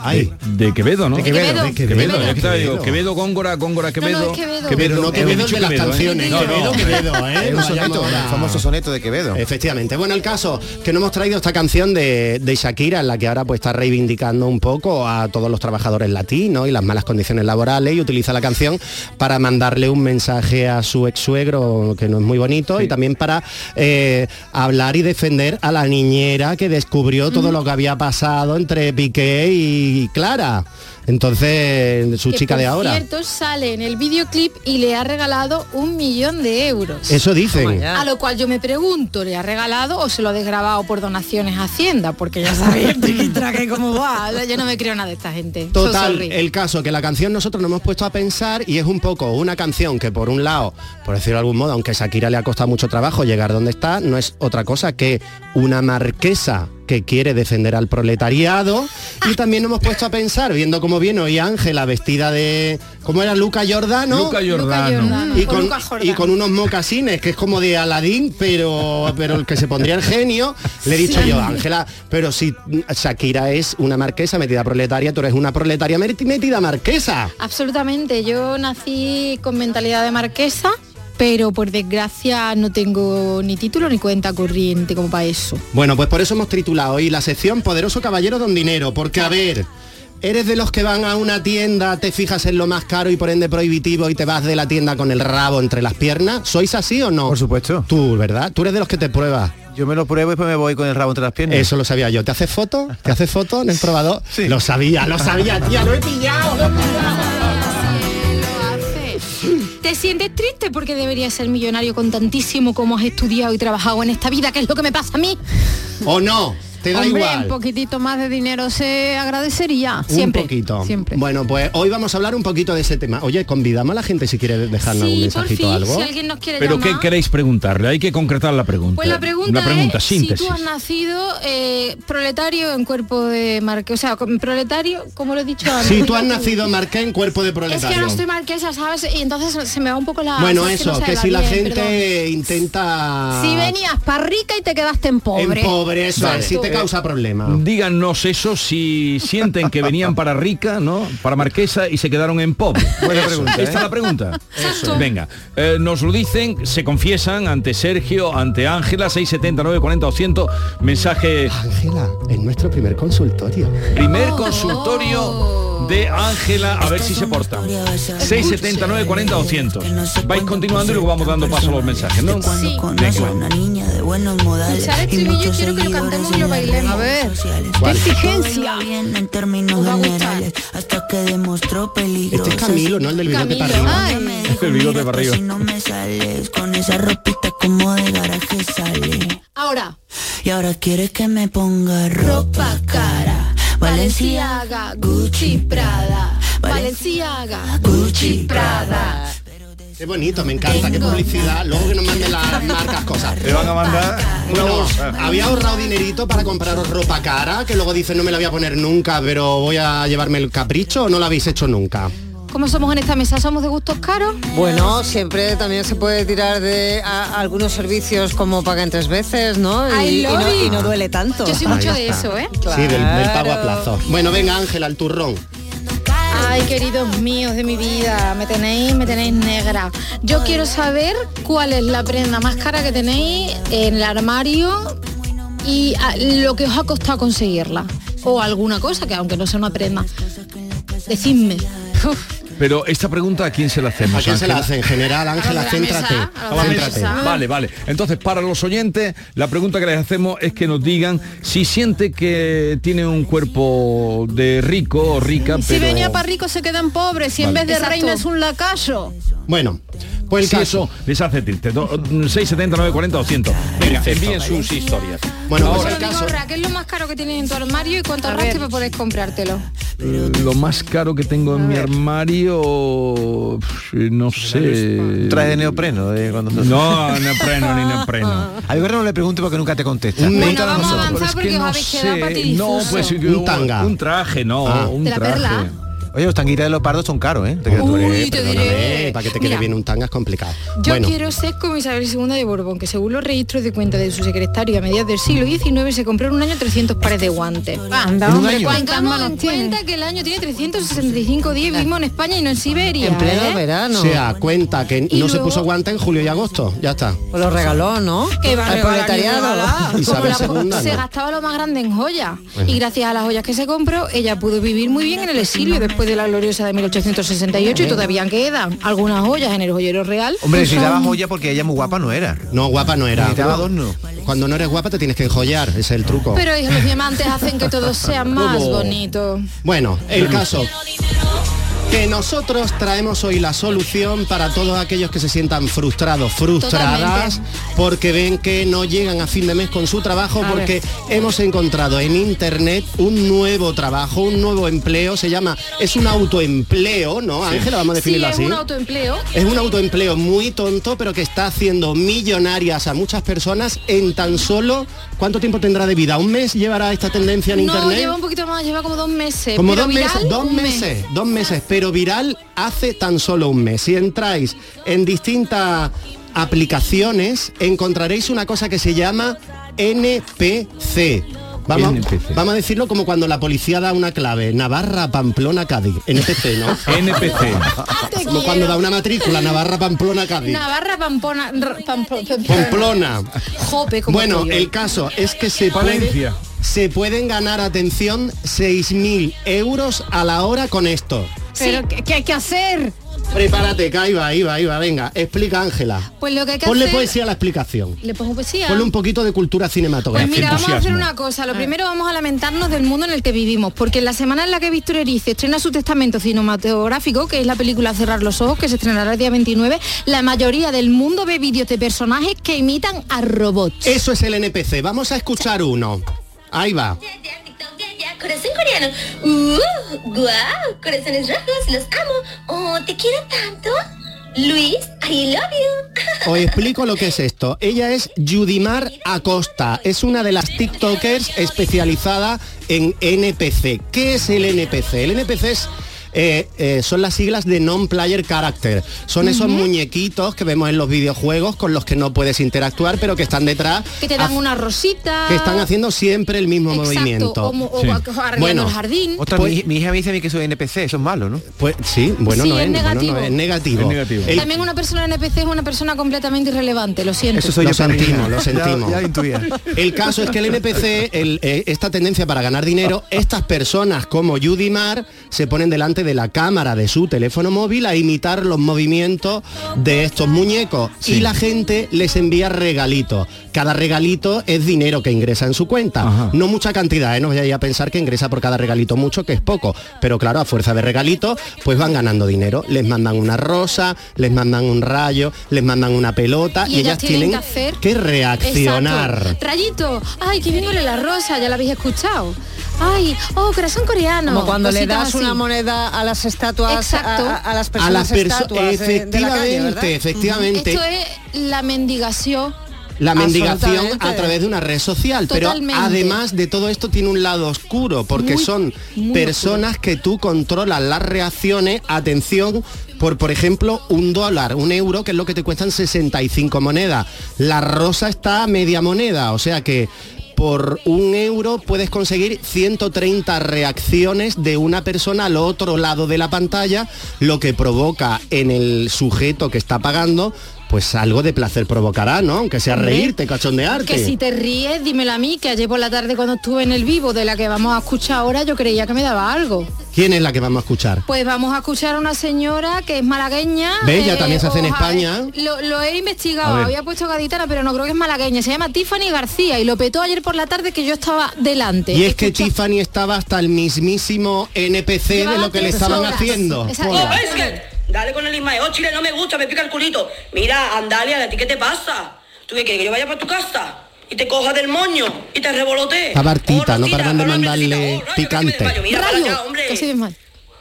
Speaker 5: Ay,
Speaker 3: de Quevedo, ¿no?
Speaker 5: de Quevedo, de Quevedo.
Speaker 3: Quevedo, ya
Speaker 5: de
Speaker 3: que te digo,
Speaker 5: Quevedo.
Speaker 3: Quevedo, Góngora, Góngora, Quevedo.
Speaker 4: es Quevedo.
Speaker 5: Pero no
Speaker 3: Hemos
Speaker 5: Quevedo el
Speaker 3: dicho
Speaker 5: de las
Speaker 3: Quevedo, ¿eh?
Speaker 5: canciones.
Speaker 3: No, no.
Speaker 5: Quevedo, Quevedo, ¿eh?
Speaker 6: Es un
Speaker 5: Vaya
Speaker 6: soneto,
Speaker 5: moda.
Speaker 6: el famoso soneto de Quevedo.
Speaker 5: Efectivamente. Bueno, el caso que no hemos traído esta canción de, de Shakira, en la que ahora pues está reivindicando un poco a todos los trabajadores latinos y las malas condiciones laborales y utiliza la canción para mandarle un mensaje a su ex suegro que no es muy bonito y también para eh, hablar y defender a la niñera que descubrió todo lo que había pasado entre Piqué y Clara. Entonces, su
Speaker 4: Que,
Speaker 5: chica
Speaker 4: por
Speaker 5: de ahora.
Speaker 4: cierto, sale en el videoclip y le ha regalado un millón de euros.
Speaker 5: Eso dicen.
Speaker 7: ya.
Speaker 4: A lo cual yo me pregunto, ¿le ha regalado o se lo ha desgrabado por donaciones a Hacienda? Porque ya sabéis el tiquitraque cómo va. Yo no me creo nada de esta gente. So
Speaker 5: Total, eh.
Speaker 4: sorry.
Speaker 5: el caso que la canción nosotros nos hemos puesto a pensar y es un poco una canción que por un lado, por decirlo de algún modo, aunque a Shakira le ha costado mucho trabajo llegar donde está, no es otra cosa que una marquesa que quiere defender al proletariado. Y también hemos puesto a pensar, viendo cómo viene hoy Ángela vestida de... ¿Cómo era? Luca Giordano.
Speaker 3: Luca Giordano. Luca Giordano.
Speaker 5: Y,
Speaker 3: O
Speaker 5: con,
Speaker 3: Luca Jordano.
Speaker 5: y con unos mocasines, que es como de Aladín, pero, pero el que se pondría el genio. Le he dicho
Speaker 11: Sí.
Speaker 5: yo, Ángela, pero si Shakira es una marquesa metida proletaria, tú eres una proletaria meti- metida marquesa.
Speaker 4: Absolutamente, yo nací con mentalidad de marquesa, pero por desgracia no tengo ni título ni cuenta corriente como para eso.
Speaker 5: Bueno, pues por eso hemos titulado hoy la sección Poderoso Caballero Don Dinero, porque a ver, eres de los que van a una tienda, te fijas en lo más caro y por ende prohibitivo y te vas de la tienda con el rabo entre las piernas, ¿sois así o no? Por supuesto. Tú, ¿verdad? Tú eres de los que te pruebas.
Speaker 6: Yo me lo pruebo y después me voy con el rabo entre las piernas.
Speaker 5: Eso lo sabía yo. ¿Te haces foto? ¿Te haces foto en el probador? Sí. Lo sabía, lo sabía, tía, lo he pillado. lo he
Speaker 4: ¿Te sientes triste porque deberías ser millonario con tantísimo como has estudiado y trabajado en esta vida, que es lo que me pasa a mí?
Speaker 5: pillado. ¿O no? Te da
Speaker 9: Hombre,
Speaker 5: igual.
Speaker 9: un poquitito más de dinero se agradecería. Siempre.
Speaker 5: Un poquito.
Speaker 9: Siempre.
Speaker 5: Bueno, pues hoy vamos a hablar un poquito de ese tema. Oye, convidamos a la gente si quiere
Speaker 4: Sí,
Speaker 5: dejarnos algún
Speaker 4: por
Speaker 5: mensajito
Speaker 4: fin,
Speaker 5: o algo.
Speaker 4: si alguien nos quiere
Speaker 3: ¿Pero
Speaker 4: llamar.
Speaker 3: qué queréis preguntarle? Hay que concretar la pregunta. ¿eh?
Speaker 4: Pues la pregunta,
Speaker 3: Una pregunta,
Speaker 4: es
Speaker 3: síntesis.
Speaker 4: si tú has nacido eh, proletario en cuerpo de marque, o sea, con- proletario, como lo he dicho antes.
Speaker 5: Si tú has nacido marqués en cuerpo de
Speaker 4: Es
Speaker 5: proletario.
Speaker 4: que no estoy marquesa, ¿sabes? Y entonces se me va un poco la...
Speaker 5: Bueno,
Speaker 4: es no
Speaker 5: eso,
Speaker 4: se
Speaker 5: que
Speaker 4: va
Speaker 5: si la
Speaker 4: bien, perdón.
Speaker 5: gente intenta...
Speaker 9: Si venías para rica y te quedaste en pobre.
Speaker 5: En pobre, eso
Speaker 3: Vale.
Speaker 5: es, si te
Speaker 3: Eh,
Speaker 5: causa problema.
Speaker 3: Díganos eso si sienten que venían para rica, ¿no? Para marquesa y se quedaron en pobre.
Speaker 6: Buena
Speaker 3: Eso,
Speaker 6: pregunta, ¿eh?
Speaker 3: Esta es la pregunta. Venga, eh, nos lo dicen, se confiesan ante Sergio, ante Ángela, 679 40 200, mensaje
Speaker 5: Ángela, en nuestro primer consultorio.
Speaker 3: Primer consultorio de Ángela, a ver si se porta. 679 40 200. Vais continuando y luego vamos dando paso a los mensajes, ¿no?
Speaker 4: Sí.
Speaker 3: Venga.
Speaker 12: de buenos modales
Speaker 4: Escuchar el
Speaker 12: y
Speaker 4: estribillo,
Speaker 12: muchos
Speaker 4: quiero que lo
Speaker 12: seguidores
Speaker 4: cantemos y
Speaker 12: en
Speaker 4: lo
Speaker 12: las
Speaker 4: bailemos.
Speaker 12: redes
Speaker 4: A ver.
Speaker 12: sociales.
Speaker 4: ¿Cuál?
Speaker 12: Todo
Speaker 4: exigencia?
Speaker 12: iba bien en términos generales hasta que demostró peligro.
Speaker 5: Este es Camilo, ¿no? El del bigote para
Speaker 12: Camilo.
Speaker 5: arriba.
Speaker 3: El bigote para
Speaker 4: pues
Speaker 3: arriba.
Speaker 12: Si no me sales con esa ropita como de garaje sale.
Speaker 4: Ahora,
Speaker 12: Y ahora quieres que me ponga ropa cara. Valencia,
Speaker 4: Valenciaga, Gucci, Prada. Valenciaga, Gucci, Prada.
Speaker 5: Qué bonito, me encanta, qué publicidad. Luego que nos manden las marcas cosas.
Speaker 3: Te van a mandar una
Speaker 5: Bueno,
Speaker 3: bolsa.
Speaker 5: había ahorrado dinerito para compraros ropa cara, que luego dicen no me la voy a poner nunca, pero voy a llevarme el capricho o no la habéis hecho nunca.
Speaker 4: ¿Cómo somos en esta mesa? ¿Somos de gustos caros?
Speaker 7: Bueno, siempre también se puede tirar de a- algunos servicios como pagan tres veces, ¿no? Y,
Speaker 4: Ay,
Speaker 7: y no,
Speaker 4: Lori.
Speaker 7: y no duele tanto.
Speaker 4: Yo soy
Speaker 5: Ahí
Speaker 4: mucho de
Speaker 5: está.
Speaker 4: eso, ¿eh?
Speaker 5: Sí, del, del pago a plazo. Bueno, venga Ángela, el turrón.
Speaker 4: Ay, queridos míos de mi vida, me tenéis, me tenéis negra. Yo quiero saber cuál es la prenda más cara que tenéis en el armario y ah, lo que os ha costado conseguirla. O alguna cosa que aunque no sea una prenda. Decidme.
Speaker 5: pues
Speaker 4: Uf,
Speaker 3: Pero esta pregunta a quién se la hacemos?
Speaker 5: ¿A quién se la
Speaker 3: Ángela?
Speaker 5: hace en general, Ángela?
Speaker 4: A la
Speaker 5: Céntrate.
Speaker 4: mesa, a la
Speaker 5: Céntrate.
Speaker 4: mesa.
Speaker 3: Vale, vale. Entonces, para los oyentes, la pregunta que les hacemos es que nos digan si siente que tiene un cuerpo de rico o rica,
Speaker 9: Y si
Speaker 3: pero...
Speaker 9: venía para rico se quedan pobres. Si en
Speaker 3: Vale.
Speaker 9: vez de
Speaker 3: Exacto.
Speaker 9: reina es un lacayo.
Speaker 5: Bueno, pues el
Speaker 3: Si
Speaker 5: caso.
Speaker 3: eso les hace triste. Do- 679 40 200. Venga, envíen sus historias.
Speaker 5: Bueno, pues
Speaker 3: Ahora,
Speaker 5: el caso.
Speaker 4: Gorra, ¿qué es lo más caro que tienes en tu armario y cuánto arrastre para poder comprártelo?
Speaker 3: lo más caro que tengo en mi armario, pf, no sé...
Speaker 6: Traje de neopreno de cuando
Speaker 3: No, neopreno, ni neopreno.
Speaker 6: A Igor no le pregunto porque nunca te contesta.
Speaker 5: Un-
Speaker 6: Pregúntale
Speaker 4: Bueno,
Speaker 6: a
Speaker 4: vamos a
Speaker 6: nosotros.
Speaker 4: avanzar porque os habéis quedado patidifuso.
Speaker 3: No, pues
Speaker 5: Un tanga.
Speaker 3: Un traje, no,
Speaker 5: Ah.
Speaker 3: un
Speaker 4: ¿De la
Speaker 3: traje.
Speaker 4: perla?
Speaker 6: Oye, los tanguitas de los pardos son caros, ¿eh? Te quedas tú,
Speaker 4: Uy,
Speaker 6: eh,
Speaker 4: te
Speaker 6: perdóname.
Speaker 4: diré.
Speaker 5: Eh, para que te quede
Speaker 4: Mira.
Speaker 5: bien un tanga es complicado.
Speaker 4: Yo
Speaker 5: bueno,
Speaker 4: quiero ser como Isabel II de Borbón, que según los registros de cuenta de su secretario a mediados del siglo XIX se compró en un año 300 pares de guantes.
Speaker 9: Anda,
Speaker 6: ¿En un
Speaker 9: hombre,
Speaker 6: año?
Speaker 9: ¿cuántas
Speaker 4: Tengamos en
Speaker 9: manos tiene?
Speaker 4: cuenta que el año tiene 365 días y vivimos en España y no en Siberia.
Speaker 7: En pleno
Speaker 4: ¿eh?
Speaker 7: verano.
Speaker 5: se da cuenta que no
Speaker 4: Y
Speaker 5: se
Speaker 4: luego-
Speaker 5: puso guante en julio y agosto. Ya está.
Speaker 7: Pues lo regaló, ¿no?
Speaker 4: Que va a
Speaker 7: Al
Speaker 4: regalar,
Speaker 7: proletariado.
Speaker 4: regalar. Como
Speaker 5: Isabel
Speaker 4: la-
Speaker 5: II, ¿no?
Speaker 4: Se gastaba lo más grande en joyas. Y gracias a las joyas que se compró, ella pudo vivir muy bien en el exilio después de la gloriosa de 1868 y todavía quedan algunas joyas en el joyero real.
Speaker 6: Hombre,
Speaker 5: Pues
Speaker 6: si daba joya porque ella muy guapa no era.
Speaker 5: No, guapa no era.
Speaker 6: Necesitaba adorno.
Speaker 5: Cuando no eres guapa te tienes que enjollar, ese es el truco.
Speaker 4: Pero hijo, los diamantes hacen que todo sea más bonito.
Speaker 5: Bueno, el caso. que nosotros traemos hoy la solución para todos aquellos que se sientan frustrados, frustradas, porque ven que no llegan a fin de mes con su trabajo,
Speaker 11: A ver.
Speaker 5: porque hemos encontrado en internet un nuevo trabajo, un nuevo empleo, se llama, es un autoempleo, ¿no? Ángela, vamos a
Speaker 4: sí,
Speaker 5: definirlo
Speaker 4: es
Speaker 5: así.
Speaker 4: un autoempleo.
Speaker 5: Es un autoempleo muy tonto, pero que está haciendo millonarias a muchas personas en tan solo... ¿Cuánto tiempo tendrá de vida? ¿Un mes llevará esta tendencia en
Speaker 4: no,
Speaker 5: Internet?
Speaker 4: lleva un poquito más, lleva como dos meses.
Speaker 5: Como
Speaker 4: Eh, pero
Speaker 5: dos
Speaker 4: viral,
Speaker 5: meses, dos
Speaker 4: un mes.
Speaker 5: meses, dos meses, pero viral hace tan solo un mes. Si entráis en distintas aplicaciones, encontraréis una cosa que se llama NPC. Vamos,
Speaker 3: NPC.
Speaker 5: vamos a decirlo como cuando la policía da una clave, Navarra, Pamplona, Cádiz, NPC, ¿no?
Speaker 3: NPC.
Speaker 4: te
Speaker 5: Como cuando
Speaker 4: quiero.
Speaker 5: da una matrícula, Navarra, Pamplona, Cádiz.
Speaker 4: Navarra, Pampona, r- Pampo-
Speaker 5: Pamplona.
Speaker 4: Jope, como
Speaker 5: Bueno,
Speaker 4: tuyo.
Speaker 5: el caso es que se puede,
Speaker 4: Valencia.
Speaker 5: se pueden ganar, atención, 6.000 euros a la hora con esto.
Speaker 9: Pero ¿qué, qué hay que hacer?
Speaker 5: Prepárate, que ahí va, ahí va, ahí va, venga, explica Ángela.
Speaker 4: Pues lo que hay que
Speaker 5: Ponle
Speaker 4: hacer...
Speaker 5: poesía a la explicación.
Speaker 4: Le pongo poesía.
Speaker 5: Ponle un poquito de cultura
Speaker 4: Pues
Speaker 5: cinematográfica.
Speaker 4: mira, vamos a hacer una cosa. Lo primero vamos a lamentarnos del mundo en el que vivimos, porque en la semana en la que Víctor Erice estrena su testamento cinematográfico, que es la película Cerrar los ojos, que se estrenará el día 29, la mayoría del mundo ve vídeos de personajes que imitan a robots.
Speaker 5: Eso es el NPC, vamos a escuchar uno. Ahí va.
Speaker 13: Corazón coreano. ¡Uh! ¡Guau! Corazones rojos, los amo. Oh, te quiero tanto. Luis, I love you.
Speaker 5: Os explico lo que es esto. Ella es Judimar Acosta. Es una de las TikTokers especializada en NPC. ¿Qué es el NPC? El NPC es... eh, eh, son las siglas de non-player character. Son esos muñequitos que vemos en los videojuegos con los que no puedes interactuar, pero que están detrás,
Speaker 4: Que te dan una rosita.
Speaker 5: que están haciendo siempre el mismo
Speaker 4: Exacto,
Speaker 5: movimiento.
Speaker 4: o mo- o arreglando el jardín.
Speaker 6: Ostras,
Speaker 5: Pues-
Speaker 6: mi, mi hija me dice a mí que soy NPC, eso es malo, ¿no?
Speaker 5: Pues sí, bueno,
Speaker 4: Sí,
Speaker 5: no,
Speaker 4: es
Speaker 5: es, bueno, no
Speaker 4: negativo.
Speaker 5: es negativo.
Speaker 6: Es negativo.
Speaker 5: El-
Speaker 4: También una persona NPC es una persona completamente irrelevante, lo siento.
Speaker 5: lo sentimos, lo sentimos.
Speaker 6: Ya- ya intuía.
Speaker 5: El caso es que el NPC, el, eh, esta tendencia para ganar dinero, estas personas como Judy Mar se ponen delante de la cámara de su teléfono móvil a imitar los movimientos de estos muñecos y la gente les envía regalitos. Cada regalito es dinero que ingresa en su cuenta. No mucha cantidad, ¿eh? no vayáis a pensar que ingresa por cada regalito mucho, que es poco. Pero claro, a fuerza de regalitos, pues van ganando dinero. Les mandan una rosa, les mandan un rayo, les mandan una
Speaker 4: Ah,
Speaker 5: pelota y, ellas tienen,
Speaker 4: que hacer-
Speaker 5: que reaccionar.
Speaker 4: Exacto. Rayito, ay, que bien huele la rosa, ya la habéis escuchado. Ay, oh, corazón coreano.
Speaker 7: Como cuando le
Speaker 4: cositas
Speaker 7: das
Speaker 4: así.
Speaker 7: una moneda a las estatuas, a,
Speaker 4: Exacto.
Speaker 7: a- a las
Speaker 5: A las
Speaker 7: personas
Speaker 5: perso-
Speaker 7: estatuas de- de la calle, ¿verdad?
Speaker 5: efectivamente, efectivamente.
Speaker 4: Esto es la mendigación.
Speaker 5: La mendigación a
Speaker 4: Absolutamente.
Speaker 5: través de una red social,
Speaker 4: Totalmente.
Speaker 5: pero además de todo esto tiene un lado oscuro, porque
Speaker 4: Muy,
Speaker 5: son
Speaker 4: muy
Speaker 5: personas que tú controlas las reacciones, atención, por por ejemplo un dólar, un euro, que es lo que te cuestan 65 monedas. La rosa está a media moneda, o sea que por un euro puedes conseguir 130 reacciones de una persona al otro lado de la pantalla, lo que provoca en el sujeto que está pagando, pues algo de placer provocará, ¿no? Aunque sea
Speaker 4: Hombre,
Speaker 5: reírte, cachondearte.
Speaker 4: Que si te ríes, dímelo a mí, que ayer por la tarde cuando estuve en el vivo de la que vamos a escuchar ahora, yo creía que me daba algo.
Speaker 5: ¿Quién es la que vamos a escuchar?
Speaker 4: Pues vamos a escuchar a una señora que es malagueña.
Speaker 5: Bella, también se hace en
Speaker 4: oja-
Speaker 5: España.
Speaker 4: Lo, lo he
Speaker 5: A
Speaker 4: investigado,
Speaker 5: ver.
Speaker 4: había puesto gaditana, pero no creo que es malagueña. Se llama Tiffany García y lo petó ayer por la tarde que yo estaba delante.
Speaker 5: Y es que Tiffany estaba hasta el mismísimo NPC de lo que le estaban haciendo.
Speaker 14: ¡Oh, es que! Dale con el Ismael. Oh, chile, no me gusta, me pica el culito. Mira, Andalia, ¿a ti qué te pasa? ¿Tú qué quieres? ¿Que yo vaya para tu casa? Y te coja del moño y te revolotee.
Speaker 5: Está Bartita, no tardan de mandarle picante.
Speaker 14: Mira para
Speaker 4: Rayo,
Speaker 14: acá, hombre.
Speaker 4: que soy mal.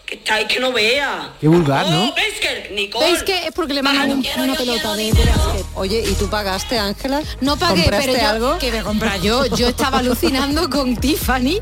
Speaker 14: Que está ahí que no vea.
Speaker 5: Qué vulgar,
Speaker 14: ¿no? Basker, Nicole.
Speaker 4: ¿Veis que es porque le mandan un- una pelota de, de básquet?
Speaker 7: Oye, ¿y tú pagaste, Ángela?
Speaker 4: No pagué,
Speaker 7: ¿Compraste
Speaker 4: pero yo,
Speaker 7: algo?
Speaker 4: que voy a comprar yo, yo estaba alucinando con Tiffany,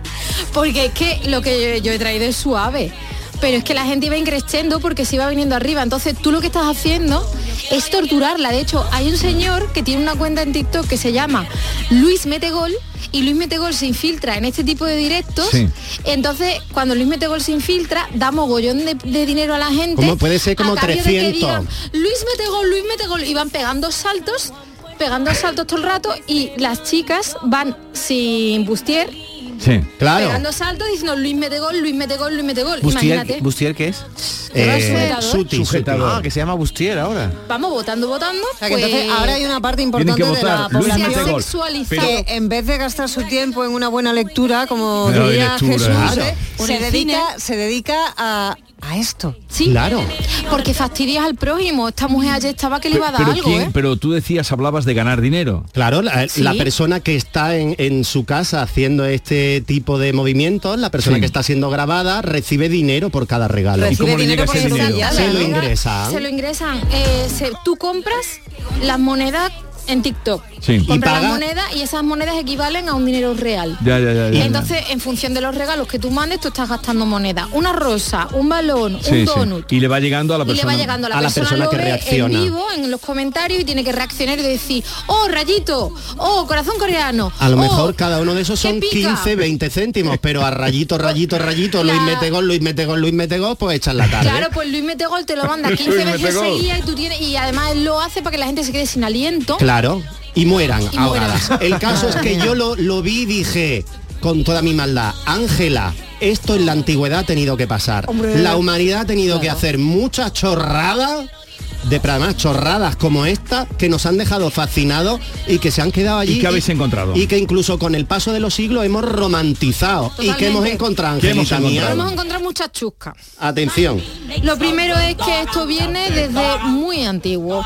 Speaker 4: porque es que lo que yo, yo he traído es suave. Pero es que la gente iba increciendo porque se iba viniendo arriba. Entonces tú lo que estás haciendo es torturarla. De hecho, hay un señor que tiene una cuenta en TikTok que se llama Luis Metegol y Luis Metegol se infiltra en este tipo de directos.
Speaker 5: Sí.
Speaker 4: Entonces, cuando Luis Metegol se infiltra, da mogollón de, de dinero a la gente.
Speaker 5: Como puede ser como
Speaker 4: a cambio de que
Speaker 5: 300.
Speaker 4: digan, Luis mete gol, Luis mete gol. Y van pegando saltos, pegando saltos todo el rato y las chicas van sin bustier,
Speaker 8: Sí.
Speaker 5: Claro.
Speaker 4: pegando saltos diciendo Luis mete gol, Luis mete gol, Luis mete gol. Imagínate.
Speaker 6: Bustier, ¿Bustier qué es?
Speaker 4: Eh, Lleva sujetador. suti,
Speaker 5: suti.
Speaker 6: Ah, que se llama Bustier ahora.
Speaker 4: Vamos votando, votando.
Speaker 7: O sea, que entonces
Speaker 4: pues-
Speaker 7: ahora hay una parte
Speaker 6: Tienen que
Speaker 7: importante de la
Speaker 6: votar. Luis
Speaker 7: población
Speaker 6: mete gol.
Speaker 4: Sexualizado.
Speaker 7: que en vez de gastar su tiempo en una buena lectura, como
Speaker 6: Pero hay
Speaker 7: diría
Speaker 6: lectura,
Speaker 7: Jesús,
Speaker 6: claro.
Speaker 7: ¿eh?
Speaker 4: Un
Speaker 7: se,
Speaker 4: en cine.
Speaker 7: dedica, se dedica a, a a esto.
Speaker 4: Sí.
Speaker 5: Claro.
Speaker 4: Porque fastidias al prójimo. Esta mujer ayer estaba que le iba a dar
Speaker 8: pero,
Speaker 4: algo,
Speaker 8: quién-
Speaker 4: ¿eh?
Speaker 8: pero tú decías, hablabas de ganar dinero.
Speaker 5: Claro, la,
Speaker 4: Sí.
Speaker 5: la persona que está en, en su casa haciendo este tipo de movimientos, la persona
Speaker 8: Sí.
Speaker 5: que está siendo grabada, recibe dinero por cada regalo.
Speaker 8: ¿Y Recibe cómo le dinero llega por ese esa dinero?
Speaker 5: Se lo
Speaker 4: Ahora
Speaker 5: ingresa.
Speaker 4: Se lo ingresan. Eh, se- tú compras las monedas en TikTok.
Speaker 5: Sí. Y
Speaker 4: Compras
Speaker 5: paga-
Speaker 4: las monedas y esas monedas equivalen a un dinero real.
Speaker 8: Ya, ya, ya, ya, ya.
Speaker 4: Entonces, en función de los regalos que tú mandes, tú estás gastando moneda. Una rosa, un balón,
Speaker 8: Sí,
Speaker 4: un
Speaker 8: sí.
Speaker 4: donut.
Speaker 8: Y le va llegando a la
Speaker 4: y le
Speaker 8: persona,
Speaker 4: va llegando la, persona, lo ve en vivo en los comentarios y tiene que reaccionar y decir oh rayito oh corazón coreano
Speaker 5: A lo
Speaker 4: oh,
Speaker 5: mejor cada uno de esos son
Speaker 4: qué pica".
Speaker 5: 15, 20 céntimos, pero a rayito, rayito, rayito, Luis mete gol, Luis mete gol, Luis mete gol, pues echan la tarde.
Speaker 4: Claro, pues Luis Metegol te lo manda 15
Speaker 5: Luis
Speaker 4: veces
Speaker 5: Metegol.
Speaker 4: seguidas y tú tienes y además él lo hace para que la gente se quede sin aliento.
Speaker 5: Claro, y mueran
Speaker 4: Y mueran.
Speaker 5: ahogadas. El caso es que yo lo, lo vi y dije, con toda mi maldad, Ángela, esto en la antigüedad ha tenido que pasar.
Speaker 11: Hombre.
Speaker 5: la humanidad ha tenido que hacer muchas chorradas, de pero además chorradas como esta, que nos han dejado fascinados y que se han quedado allí.
Speaker 3: ¿Y qué habéis encontrado?
Speaker 5: Y que incluso con el paso de los siglos hemos romantizado. ¿Y
Speaker 4: Totalmente.
Speaker 5: que hemos encontrado,
Speaker 3: ¿Qué hemos
Speaker 5: Angelita mía?
Speaker 4: Pero hemos encontrado muchas chuscas.
Speaker 5: Atención.
Speaker 4: Lo primero es que esto viene desde muy antiguo.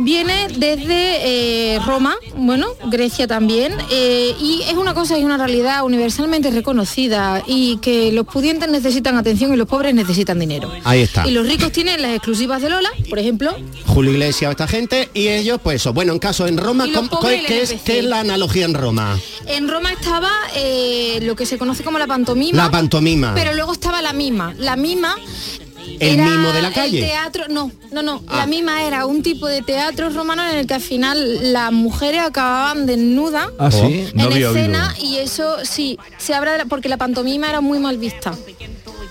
Speaker 4: Viene desde eh, Roma, bueno, Grecia también, eh, y es una cosa y una realidad universalmente reconocida y que los pudientes necesitan atención y los pobres necesitan dinero.
Speaker 5: Ahí está.
Speaker 4: Y los ricos tienen las exclusivas de Lola, por ejemplo,
Speaker 5: Julio Iglesias, esta gente, y ellos, pues eso. Bueno, en caso en Roma,
Speaker 4: Y los
Speaker 5: ¿cómo-
Speaker 4: pobres y el
Speaker 5: ¿qué es,
Speaker 4: NPC?
Speaker 5: qué es la analogía en Roma?
Speaker 4: En Roma estaba eh, lo que se conoce como la pantomima.
Speaker 5: La pantomima.
Speaker 4: Pero luego estaba la mima. La mima.
Speaker 5: El
Speaker 4: era
Speaker 5: mimo de la calle. Ah.
Speaker 4: El teatro, no, no, no. La mima era un tipo de teatro romano en el que al final las mujeres acababan desnudas
Speaker 8: Ah, sí,
Speaker 5: Oh.
Speaker 4: en
Speaker 8: no había
Speaker 4: escena y eso sí, se habla de la- porque la pantomima era muy mal vista.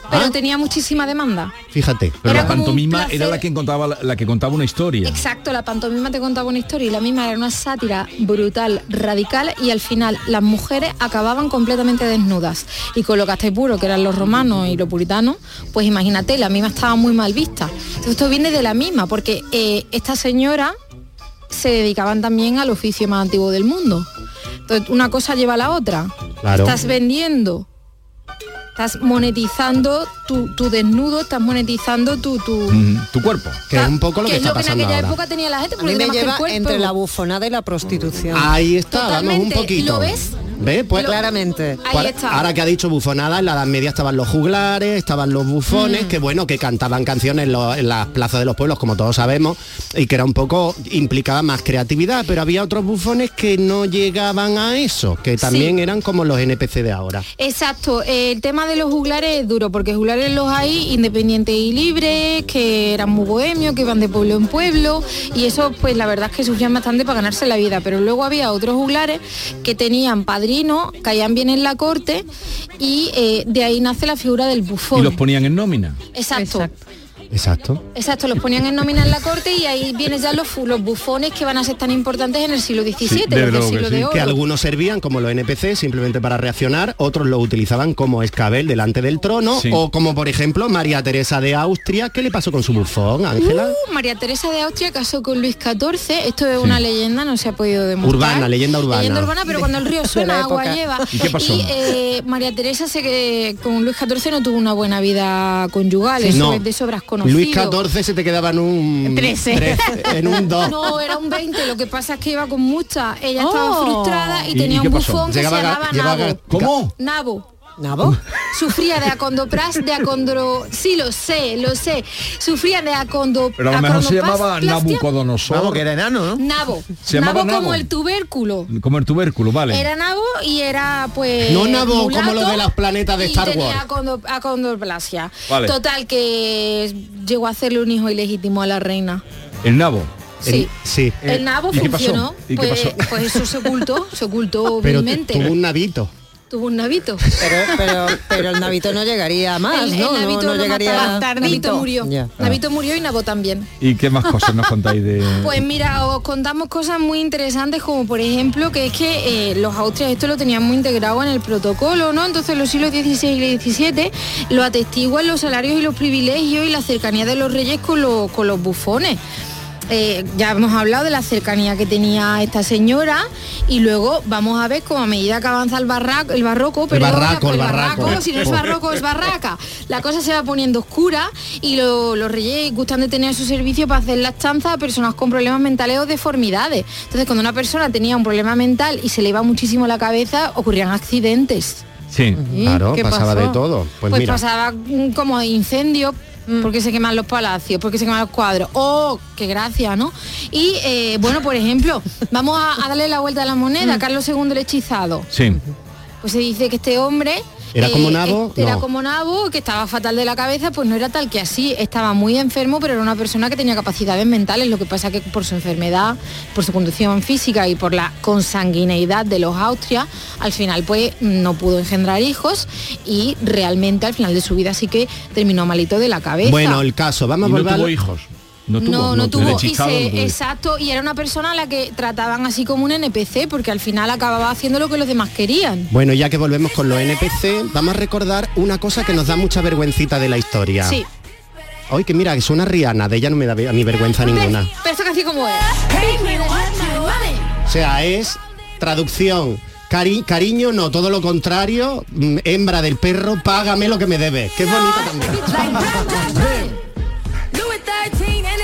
Speaker 4: Pero
Speaker 5: Ah.
Speaker 4: tenía muchísima demanda.
Speaker 5: Fíjate.
Speaker 8: Pero
Speaker 4: Era
Speaker 8: la
Speaker 4: como un
Speaker 8: pantomima
Speaker 4: placer.
Speaker 8: era la que contaba la, la que contaba una historia.
Speaker 4: Exacto, la pantomima te contaba una historia y la misma era una sátira brutal, radical y al final las mujeres acababan completamente desnudas. Y con lo puro, que eran los romanos y los puritanos, pues imagínate, la misma estaba muy mal vista. Entonces, esto viene de la misma, porque eh, esta señora se dedicaban también al oficio más antiguo del mundo. Entonces, una cosa lleva a la otra.
Speaker 15: Claro.
Speaker 4: Estás vendiendo. Estás monetizando tu, tu desnudo, estás monetizando tu, tu,
Speaker 8: Tu cuerpo.
Speaker 5: Que es un poco lo
Speaker 4: que
Speaker 5: que
Speaker 4: es
Speaker 5: está
Speaker 4: lo que en
Speaker 5: pasando
Speaker 4: aquella
Speaker 5: ahora.
Speaker 4: época tenía la gente
Speaker 7: A mí
Speaker 4: porque
Speaker 7: me
Speaker 4: tenía más que el
Speaker 7: lleva
Speaker 4: cuerpo.
Speaker 7: entre la bufonada y la prostitución.
Speaker 5: Ahí está, vamos un
Speaker 4: Totalmente,
Speaker 5: poquito.
Speaker 4: ¿lo ves?
Speaker 5: ¿Ves? Pues
Speaker 4: Lo-
Speaker 7: claramente.
Speaker 4: Ahí
Speaker 5: Ahora-
Speaker 4: está.
Speaker 5: Ahora que ha dicho bufonada, en la Edad Media estaban los juglares, estaban los bufones, que bueno, que cantaban canciones en, lo- en las plazas de los pueblos, como todos sabemos, y que era un poco, implicaba más creatividad, pero había otros bufones que no llegaban a eso, que también
Speaker 4: Sí.
Speaker 5: eran como los NPC de ahora.
Speaker 4: Exacto, eh, el tema de los juglares es duro, porque juglares los hay independientes y libres, que eran muy bohemios, que iban de pueblo en pueblo, y eso pues la verdad es que sufrían bastante para ganarse la vida, pero luego había otros juglares que tenían padrinos, caían bien en la corte, y eh, de ahí nace la figura del
Speaker 8: Y
Speaker 4: bufón.
Speaker 8: los ponían en nómina.
Speaker 4: Exacto.
Speaker 5: Exacto.
Speaker 4: Exacto, los ponían en nómina en la corte y ahí vienen ya los, fu- los bufones que van a ser tan importantes en el siglo XVII,
Speaker 5: Sí,
Speaker 4: los del siglo de oro.
Speaker 5: Que algunos servían como los NPC simplemente para reaccionar, otros lo utilizaban como escabel delante del trono,
Speaker 8: Sí.
Speaker 5: o como por ejemplo María Teresa de Austria, ¿qué le pasó con su bufón, Ángela?
Speaker 4: Uh, María Teresa de Austria casó con Luis XIV. Esto es una leyenda, no se ha podido demostrar.
Speaker 5: Urbana, leyenda urbana.
Speaker 4: Leyenda urbana, pero cuando el río
Speaker 5: De
Speaker 4: suena,
Speaker 5: la
Speaker 4: agua
Speaker 5: época.
Speaker 4: lleva.
Speaker 5: ¿Y qué pasó?
Speaker 4: eh, María Teresa se que con Luis XIV no tuvo una buena vida conyugal, eso
Speaker 5: No.
Speaker 4: es de sobras conocido.
Speaker 5: Luis XIV se te quedaba en un
Speaker 4: Trece.
Speaker 5: trece, en un 2.
Speaker 4: No, era un 20, lo que pasa es que iba con mucha. Ella estaba
Speaker 7: Oh.
Speaker 4: frustrada y,
Speaker 5: ¿Y- y
Speaker 4: tenía
Speaker 5: qué
Speaker 4: un
Speaker 5: pasó?
Speaker 4: bufón que
Speaker 5: Llegaba
Speaker 4: se
Speaker 5: ga-
Speaker 4: llamaba
Speaker 5: llegaba
Speaker 4: Nabo.
Speaker 5: ga- ¿Cómo?
Speaker 4: Nabo.
Speaker 7: ¿Nabo?
Speaker 5: Mm.
Speaker 4: Sufría de acondopras, de acondro... Sí, lo sé, lo sé. Sufría de acondo...
Speaker 3: Pero a lo mejor se llamaba
Speaker 4: acronoplastia.
Speaker 3: Nabucodonosor.
Speaker 6: Vamos, que era enano, ¿no?
Speaker 4: Nabo.
Speaker 3: Se
Speaker 4: nabo,
Speaker 3: llamaba
Speaker 4: como
Speaker 3: nabo.
Speaker 4: el tubérculo.
Speaker 8: Como el tubérculo, vale.
Speaker 4: Era nabo y era pues.
Speaker 5: No nabo como los
Speaker 4: las
Speaker 5: de las planetas de Star Wars.
Speaker 4: Tenía acondo- acondroplasia.
Speaker 8: Vale.
Speaker 4: Total que llegó a hacerle un hijo ilegítimo a la reina.
Speaker 8: El nabo.
Speaker 4: Sí.
Speaker 5: sí.
Speaker 4: el nabo
Speaker 8: ¿y qué pasó?
Speaker 4: funcionó.
Speaker 8: ¿Y qué
Speaker 4: Pues,
Speaker 8: pasó?
Speaker 4: pues eso se ocultó, se ocultó
Speaker 5: Pero tu-
Speaker 4: vilmente.
Speaker 5: tuvo un nabito.
Speaker 4: Tuvo un nabito.
Speaker 7: Pero, Eh, pero, pero el navito no llegaría a más,
Speaker 4: El- el
Speaker 7: ¿no? No-
Speaker 4: nabito
Speaker 7: no,
Speaker 4: lo
Speaker 7: llegaría
Speaker 4: mataron. Nabito murió.
Speaker 7: Ya.
Speaker 4: Nabito murió y Nabo también.
Speaker 8: ¿Y qué más cosas nos contáis de...?
Speaker 4: Pues mira, os contamos cosas muy interesantes como por ejemplo que es que eh, los austrias esto lo tenían muy integrado en el protocolo, ¿no? Entonces los siglos XVI y XVII lo atestiguan los salarios y los privilegios y la cercanía de los reyes con, los- con los bufones. eh, ya hemos hablado de la cercanía que tenía esta señora y luego vamos a ver cómo a medida que avanza el barraco, el barroco, pero
Speaker 5: barraco, el barraco.
Speaker 4: si no es barroco es barraca. La cosa se va poniendo oscura y lo- los reyes gustan de tener a su servicio para hacer las chanzas a personas con problemas mentales o deformidades. Entonces, cuando una persona tenía un problema mental y se le iba muchísimo la cabeza, ocurrían accidentes.
Speaker 8: Sí,
Speaker 4: Sí,
Speaker 5: claro,
Speaker 4: ¿qué
Speaker 5: pasaba
Speaker 4: pasó?
Speaker 5: de todo. Pues,
Speaker 4: Pues,
Speaker 5: mira,
Speaker 4: pasaba mm, como incendio porque se queman los palacios, porque se queman los cuadros. ¡Oh, qué gracia, ¿no? Y eh, bueno, por ejemplo, vamos a, a darle la vuelta a la
Speaker 5: Mm.
Speaker 4: moneda, Carlos II el hechizado.
Speaker 8: Sí.
Speaker 4: Pues se dice que este hombre...
Speaker 5: ¿Era como nabo?
Speaker 4: este Era
Speaker 5: No.
Speaker 4: como nabo, que estaba fatal de la cabeza, pues no era tal que así, estaba muy enfermo, pero era una persona que tenía capacidades mentales, lo que pasa que por su enfermedad, por su condición física y por la consanguineidad de los Austria, al final pues no pudo engendrar hijos y realmente al final de su vida sí que terminó malito de la cabeza.
Speaker 5: bueno, el caso, vamos a
Speaker 4: Y no
Speaker 5: volver...
Speaker 4: tuvo
Speaker 5: hijos.
Speaker 4: No, no, tuvo, y se- exacto, y era una persona a la que trataban así como un NPC, porque al final acababa haciendo lo que los demás querían.
Speaker 5: Bueno, ya que volvemos con los NPC, vamos a recordar una cosa que nos da mucha vergüencita de la historia.
Speaker 4: Sí.
Speaker 5: Hoy que mira, que suena Rihanna, de ella no me da ve- a mí vergüenza ninguna.
Speaker 4: Pero esta canción como es.
Speaker 5: O sea, es traducción. Cari- cariño, no, todo lo contrario. mm, Hembra del perro, págame lo que me debes. Que es bonita también.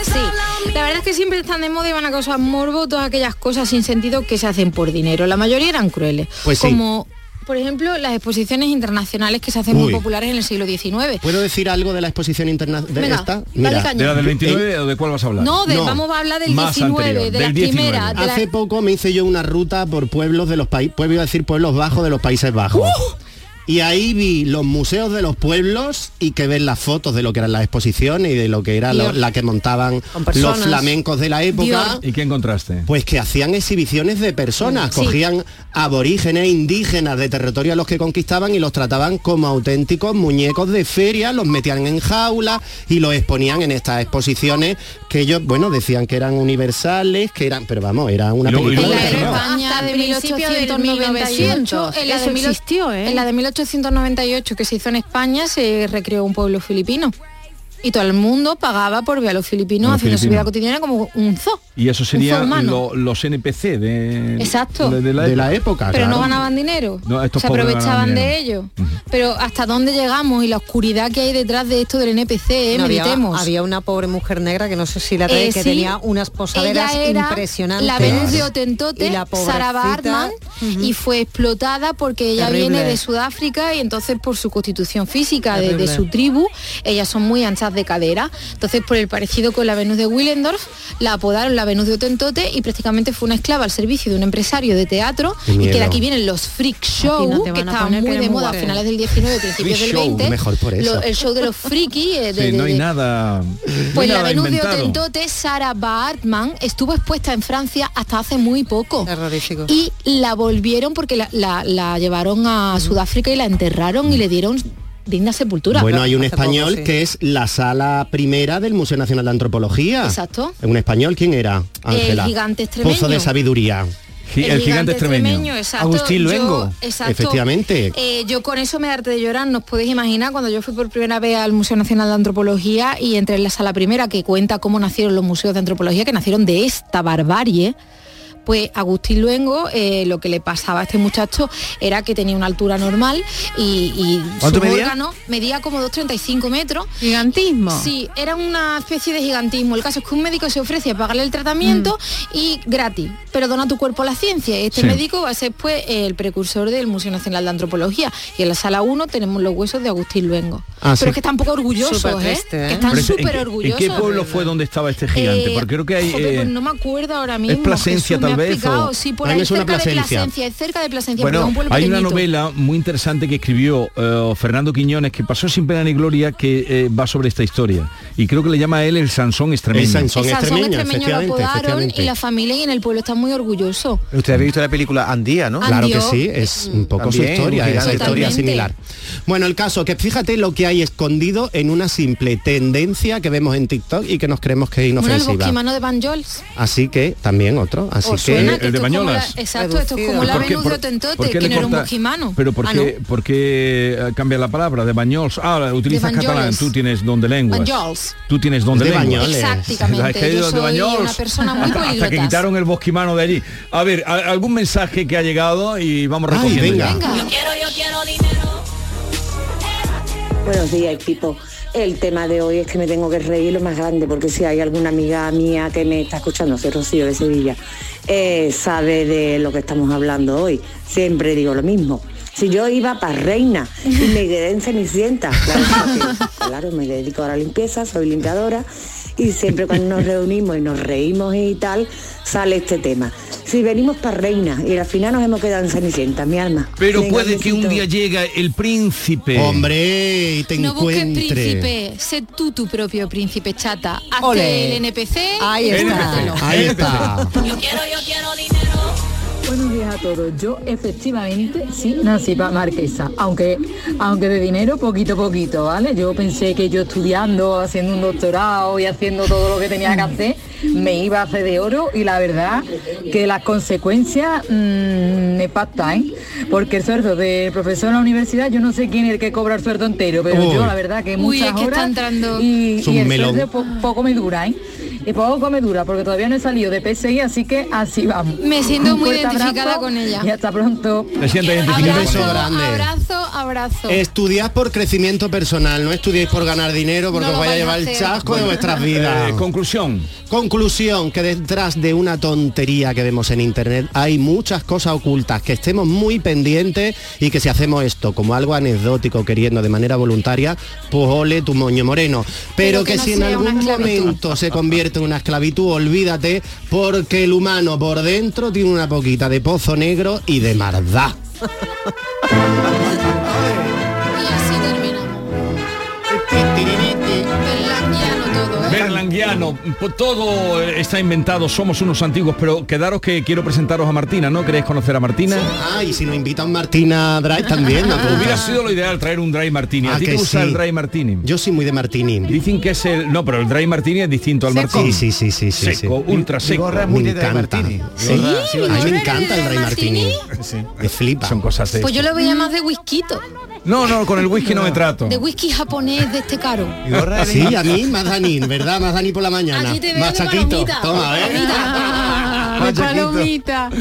Speaker 4: Sí, la verdad es que siempre están de moda y van a causar morbo todas aquellas cosas sin sentido que se hacen por dinero. La mayoría eran crueles.
Speaker 5: Pues sí.
Speaker 4: Como, por ejemplo, las exposiciones internacionales que se hacen muy
Speaker 5: Uy.
Speaker 4: populares en el siglo XIX.
Speaker 5: ¿Puedo decir algo de la exposición internacional de
Speaker 4: Venga,
Speaker 5: esta?
Speaker 4: dale caña. ¿De la del
Speaker 5: Eh,
Speaker 4: 29
Speaker 3: o de cuál vas a
Speaker 4: No, del- vamos a hablar del 19, de las quimeras. de la-
Speaker 5: Hace poco me hice yo una ruta por pueblos de los países, pueblo iba a decir pueblos bajos de los Países Bajos.
Speaker 4: ¡Uh!
Speaker 5: Y ahí vi los museos de los pueblos y que ver las fotos de lo que eran las exposiciones y de lo que era lo-
Speaker 3: Dios.
Speaker 5: la que montaban los
Speaker 3: personas.
Speaker 5: flamencos de la época.
Speaker 3: ¿Y qué encontraste?
Speaker 5: Pues que hacían exhibiciones de personas,
Speaker 3: Sí.
Speaker 5: cogían aborígenes, indígenas de territorio a los que conquistaban y los trataban como auténticos muñecos de feria, los metían en jaula y los exponían en estas exposiciones que ellos, bueno, decían que eran universales, que eran, pero vamos, era una
Speaker 3: Y luego- y
Speaker 5: película.
Speaker 3: luego-
Speaker 5: de terror.
Speaker 4: España
Speaker 9: Hasta
Speaker 4: de
Speaker 9: principios del
Speaker 4: 1898, en la de
Speaker 9: Eso
Speaker 4: mil-
Speaker 9: existió, ¿eh?
Speaker 4: en la de 1898 que se hizo en España se recreó un pueblo filipino. Y todo el mundo pagaba por ver a los filipinos
Speaker 3: A los
Speaker 4: haciendo su vida
Speaker 3: filipinos.
Speaker 4: cotidiana como un zoo.
Speaker 3: Y eso serían
Speaker 4: humano.
Speaker 3: lo- los NPC de,
Speaker 4: Exacto.
Speaker 3: de,
Speaker 5: De la época,
Speaker 4: pero no ganaban dinero.
Speaker 3: No, estos
Speaker 4: se
Speaker 3: pobres
Speaker 4: aprovechaban
Speaker 3: ganaban
Speaker 4: de ello. Pero hasta dónde llegamos y la oscuridad que hay detrás de esto del NPC, eh,
Speaker 7: No, había,
Speaker 4: meditemos.
Speaker 7: había una pobre mujer negra que no sé si la trae,
Speaker 4: Eh,
Speaker 7: que
Speaker 4: sí.
Speaker 7: tenía unas posaderas
Speaker 4: Ella era
Speaker 7: impresionantes.
Speaker 4: La Venus de Otentote,
Speaker 7: Y la pobrecita,
Speaker 4: Sara Bartman, y fue explotada porque ella
Speaker 7: Terrible.
Speaker 4: viene de Sudáfrica y entonces por su constitución física de, de
Speaker 7: Terrible.
Speaker 4: su tribu, ellas son muy anchas de cadera. Entonces por el parecido con la Venus de Willendorf, la apodaron la Venus de Otentote y prácticamente fue una esclava al servicio de un empresario de teatro
Speaker 5: Qué
Speaker 4: y que de
Speaker 5: miedo.
Speaker 4: aquí vienen los freak show,
Speaker 9: Imagínate,
Speaker 4: Oh, uh, que
Speaker 9: van a
Speaker 4: estaban
Speaker 9: poner que
Speaker 4: muy de
Speaker 9: eres muy
Speaker 4: moda a
Speaker 9: guapo.
Speaker 4: finales del 19, principios
Speaker 5: Freak
Speaker 4: del
Speaker 5: show,
Speaker 4: 20.
Speaker 5: mejor por eso.
Speaker 4: el show de los friki, eh, de-
Speaker 3: Sí, no
Speaker 4: de-
Speaker 3: hay
Speaker 4: de-
Speaker 3: nada.
Speaker 4: pues
Speaker 3: no hay
Speaker 4: la
Speaker 3: nada
Speaker 4: Venus de
Speaker 3: inventado.
Speaker 4: Otentote, Sara Bartman, estuvo expuesta en Francia hasta hace muy poco.
Speaker 7: Terrorífico.
Speaker 4: Y la volvieron porque la, la- la llevaron a Sudáfrica y la enterraron y le dieron digna sepultura.
Speaker 5: Bueno, hay un español que es la sala primera del Museo Nacional de Antropología.
Speaker 4: Exacto.
Speaker 5: Un español, ¿quién era? Ángela.
Speaker 4: gigante
Speaker 5: Pozo de
Speaker 4: extremeño.
Speaker 5: sabiduría.
Speaker 4: El El gigante gigante extremeño. extremeño, exacto.
Speaker 5: Agustín
Speaker 4: Yo-
Speaker 5: Luengo.
Speaker 4: exacto.
Speaker 5: Efectivamente.
Speaker 4: Eh, yo con eso me darte de llorar, nos podéis imaginar cuando yo fui por primera vez al Museo Nacional de Antropología y entré en la sala primera que cuenta cómo nacieron los museos de antropología, que nacieron de esta barbarie. Pues Agustín Luengo, eh, lo que le pasaba a este muchacho era que tenía una altura normal y, y
Speaker 9: ¿Cuánto
Speaker 4: sus
Speaker 9: medía?
Speaker 4: órganos medía como 2,35 metros.
Speaker 9: Gigantismo.
Speaker 4: Sí, era una especie de gigantismo. El caso es que un médico se ofrece a pagarle el tratamiento
Speaker 3: Mm.
Speaker 4: y gratis, pero dona tu cuerpo a la ciencia. Este
Speaker 11: Sí.
Speaker 4: médico va a ser pues el precursor del Museo Nacional de Antropología. Y en la sala 1 tenemos los huesos de Agustín Luengo.
Speaker 3: Ah,
Speaker 4: pero
Speaker 3: sí.
Speaker 4: es que están poco orgullosos,
Speaker 3: Súper
Speaker 4: ¿eh?
Speaker 3: triste,
Speaker 4: Que están
Speaker 3: Pero es- ¿en
Speaker 4: súper
Speaker 3: qué-
Speaker 4: orgullosos.
Speaker 3: ¿En qué pueblo fue donde estaba este gigante?
Speaker 4: Eh,
Speaker 3: Porque creo que hay...
Speaker 4: joder, pues
Speaker 3: eh,
Speaker 4: no me acuerdo ahora mismo.
Speaker 3: Plasencia,
Speaker 4: Jesús, me
Speaker 3: tal
Speaker 4: ha
Speaker 3: vez,
Speaker 4: explicado.
Speaker 3: o-
Speaker 4: Sí, por
Speaker 3: Para
Speaker 4: ahí
Speaker 3: mí suena
Speaker 4: cerca de
Speaker 3: Plasencia.
Speaker 4: Plasencia, es cerca de Plasencia, pero
Speaker 3: Bueno,
Speaker 4: un pueblo
Speaker 3: hay una
Speaker 4: pequeñito.
Speaker 3: novela muy interesante que escribió eh, Fernando Quiñones que pasó sin pena ni gloria que eh, va sobre esta historia y creo que le llama a él el Sansón extremeño.
Speaker 5: El Sansón
Speaker 4: Esas son extremeños lo apodaron y la familia y en el pueblo está muy orgulloso.
Speaker 6: Usted ha visto la película Andía, ¿no?
Speaker 4: Claro que Andio.
Speaker 5: Sí, es un poco
Speaker 6: Mm. También,
Speaker 5: su historia,
Speaker 6: un
Speaker 5: es una
Speaker 6: gigante.
Speaker 5: historia
Speaker 6: Totalmente.
Speaker 5: similar. Bueno, el caso, que fíjate lo que hay escondido en una simple tendencia que vemos en TikTok y que nos creemos que es
Speaker 4: Bueno, el
Speaker 5: inofensiva.
Speaker 4: bosquimano de Van Jols.
Speaker 5: Así que también otro, así
Speaker 4: ¿Os
Speaker 5: que
Speaker 4: Oh, suena que esto es como la- exacto, esto es como la
Speaker 3: ¿Por qué-
Speaker 4: Venus de
Speaker 3: por- por
Speaker 4: Otentote,
Speaker 3: qué
Speaker 4: que
Speaker 3: le
Speaker 4: no era un
Speaker 3: corta-
Speaker 4: bosquimano.
Speaker 3: Pero ¿por
Speaker 4: Ah,
Speaker 3: qué,
Speaker 4: no.
Speaker 3: por qué, eh, cambia la palabra de bañols? Ah, utilizas
Speaker 4: De Banyoles.
Speaker 3: catalán, tú tienes don de lengua.
Speaker 4: Banyols. bañoles.
Speaker 3: Tú tienes don de,
Speaker 5: De
Speaker 3: lengua.
Speaker 5: bañoles.
Speaker 4: Exactamente,
Speaker 3: Has caído
Speaker 4: yo
Speaker 3: de
Speaker 4: soy
Speaker 3: bañoles.
Speaker 4: una persona muy
Speaker 3: Hasta- Hasta que
Speaker 4: políglota.
Speaker 3: quitaron el bosquimano de allí. A ver, a- algún mensaje que ha llegado y vamos
Speaker 5: Ay,
Speaker 3: recogiendo.
Speaker 5: venga.
Speaker 3: ya.
Speaker 4: Venga.
Speaker 7: Buenos días, equipo. El tema de hoy es que me tengo que reír lo más grande, porque si hay alguna amiga mía que me está escuchando, soy Rocío de Sevilla, eh, sabe de lo que estamos hablando hoy. Siempre digo lo mismo. Si yo iba para reina y me quedé en cenicienta, claro, porque, claro, me dedico a la limpieza, soy limpiadora y siempre cuando nos reunimos y nos reímos y tal, sale este tema. Si venimos para reina y al final nos hemos quedado en cenicienta, mi alma.
Speaker 3: Pero
Speaker 7: Venga,
Speaker 3: puede que un
Speaker 7: besito.
Speaker 3: día llegue el príncipe.
Speaker 5: Hombre, y te
Speaker 4: No busques
Speaker 5: encuentre.
Speaker 4: príncipe, sé tú tu propio príncipe chata. Hazte
Speaker 5: Ole.
Speaker 4: el NPC
Speaker 5: Ahí
Speaker 4: y
Speaker 5: está.
Speaker 4: disfrútalo.
Speaker 5: Ahí está.
Speaker 15: Buenos días a todos. Yo efectivamente sí nací para marquesa, aunque aunque de dinero poquito a poquito, ¿vale? Yo pensé que yo estudiando, haciendo un doctorado y haciendo todo lo que tenía que hacer, me iba a hacer de oro y la verdad que las consecuencias mm, me pactan, ¿eh? Porque el sueldo del profesor en la universidad, yo no sé quién es el que cobra el sueldo entero, pero
Speaker 5: Uy.
Speaker 15: yo la verdad que
Speaker 4: Uy,
Speaker 15: muchas
Speaker 4: es que está
Speaker 15: horas
Speaker 4: entrando.
Speaker 15: y,
Speaker 5: Es un
Speaker 15: y el
Speaker 5: melón.
Speaker 15: sueldo po- poco me dura, ¿eh? Y poco me dura porque todavía no he salido de PSI, así que así vamos.
Speaker 4: Me siento
Speaker 15: Un
Speaker 4: muy
Speaker 15: fuerte
Speaker 4: identificada
Speaker 15: abrazo
Speaker 4: con ella.
Speaker 15: Y hasta pronto.
Speaker 3: Te sientes
Speaker 5: Un
Speaker 3: identificado
Speaker 5: beso
Speaker 3: con él.
Speaker 5: grande. Este,
Speaker 4: Abrazo, abrazo.
Speaker 5: Estudiad por crecimiento personal, no estudiéis por ganar dinero porque
Speaker 4: No lo
Speaker 5: os vaya a
Speaker 4: vais a
Speaker 5: llevar el
Speaker 4: hacer.
Speaker 5: chasco de
Speaker 4: Bueno.
Speaker 5: vuestras
Speaker 3: Eh,
Speaker 5: vidas.
Speaker 3: conclusión.
Speaker 5: Conclusión, que detrás de una tontería que vemos en internet hay muchas cosas ocultas, que estemos muy pendientes y que si hacemos esto como algo anecdótico, queriendo de manera voluntaria, pues ole tu moño moreno.
Speaker 4: Pero
Speaker 5: Pero, que,
Speaker 4: que no
Speaker 5: si en
Speaker 4: sea una
Speaker 5: algún
Speaker 4: esclavitud.
Speaker 5: momento se convierte en una esclavitud, olvídate, porque el humano por dentro tiene una poquita de pozo negro y de maldad.
Speaker 4: Y así terminamos. Berlanguiano todo, ¿eh?
Speaker 3: Berlanguiano, po- todo eh, está inventado, somos unos antiguos, pero quedaros que quiero presentaros a Martina, ¿no? ¿Queréis conocer a Martina?
Speaker 5: Ay, Ah, si nos invitan Martina Drive también, ¿no?
Speaker 3: Hubiera sido lo ideal traer un dry martini. ¿A
Speaker 5: Ah,
Speaker 3: ti
Speaker 5: que
Speaker 3: te gusta
Speaker 5: sí.
Speaker 3: el dry martini?
Speaker 5: Yo soy muy de Martini.
Speaker 3: Dicen que es el... No, pero el dry martini es distinto al martini.
Speaker 5: Sí, sí, sí, sí, sí, sí.
Speaker 3: Seco, ultra
Speaker 6: Mi
Speaker 3: seco.
Speaker 6: gorra es muy
Speaker 5: Me
Speaker 6: de Dry
Speaker 5: encanta.
Speaker 6: Martini.
Speaker 5: Sí.
Speaker 6: Mi gorra, sí,
Speaker 5: A mí me
Speaker 4: ¿Eres
Speaker 5: encanta el
Speaker 4: del
Speaker 5: Rey Martini.
Speaker 3: Sí.
Speaker 5: Me flipa.
Speaker 3: Son cosas de...
Speaker 4: Pues yo lo veía más de whisky,
Speaker 3: No, no, con el whisky no me trato.
Speaker 4: de whisky japonés de este caro.
Speaker 6: mi gorra es de-
Speaker 5: Sí, a mí más Dani, ¿verdad? Más Dani por la mañana.
Speaker 4: Aquí te veo
Speaker 5: Más
Speaker 4: de
Speaker 5: chaquito.
Speaker 4: palomita.
Speaker 5: Toma, ¿eh?
Speaker 4: Palomita.
Speaker 8: Ah, de palomita.
Speaker 4: No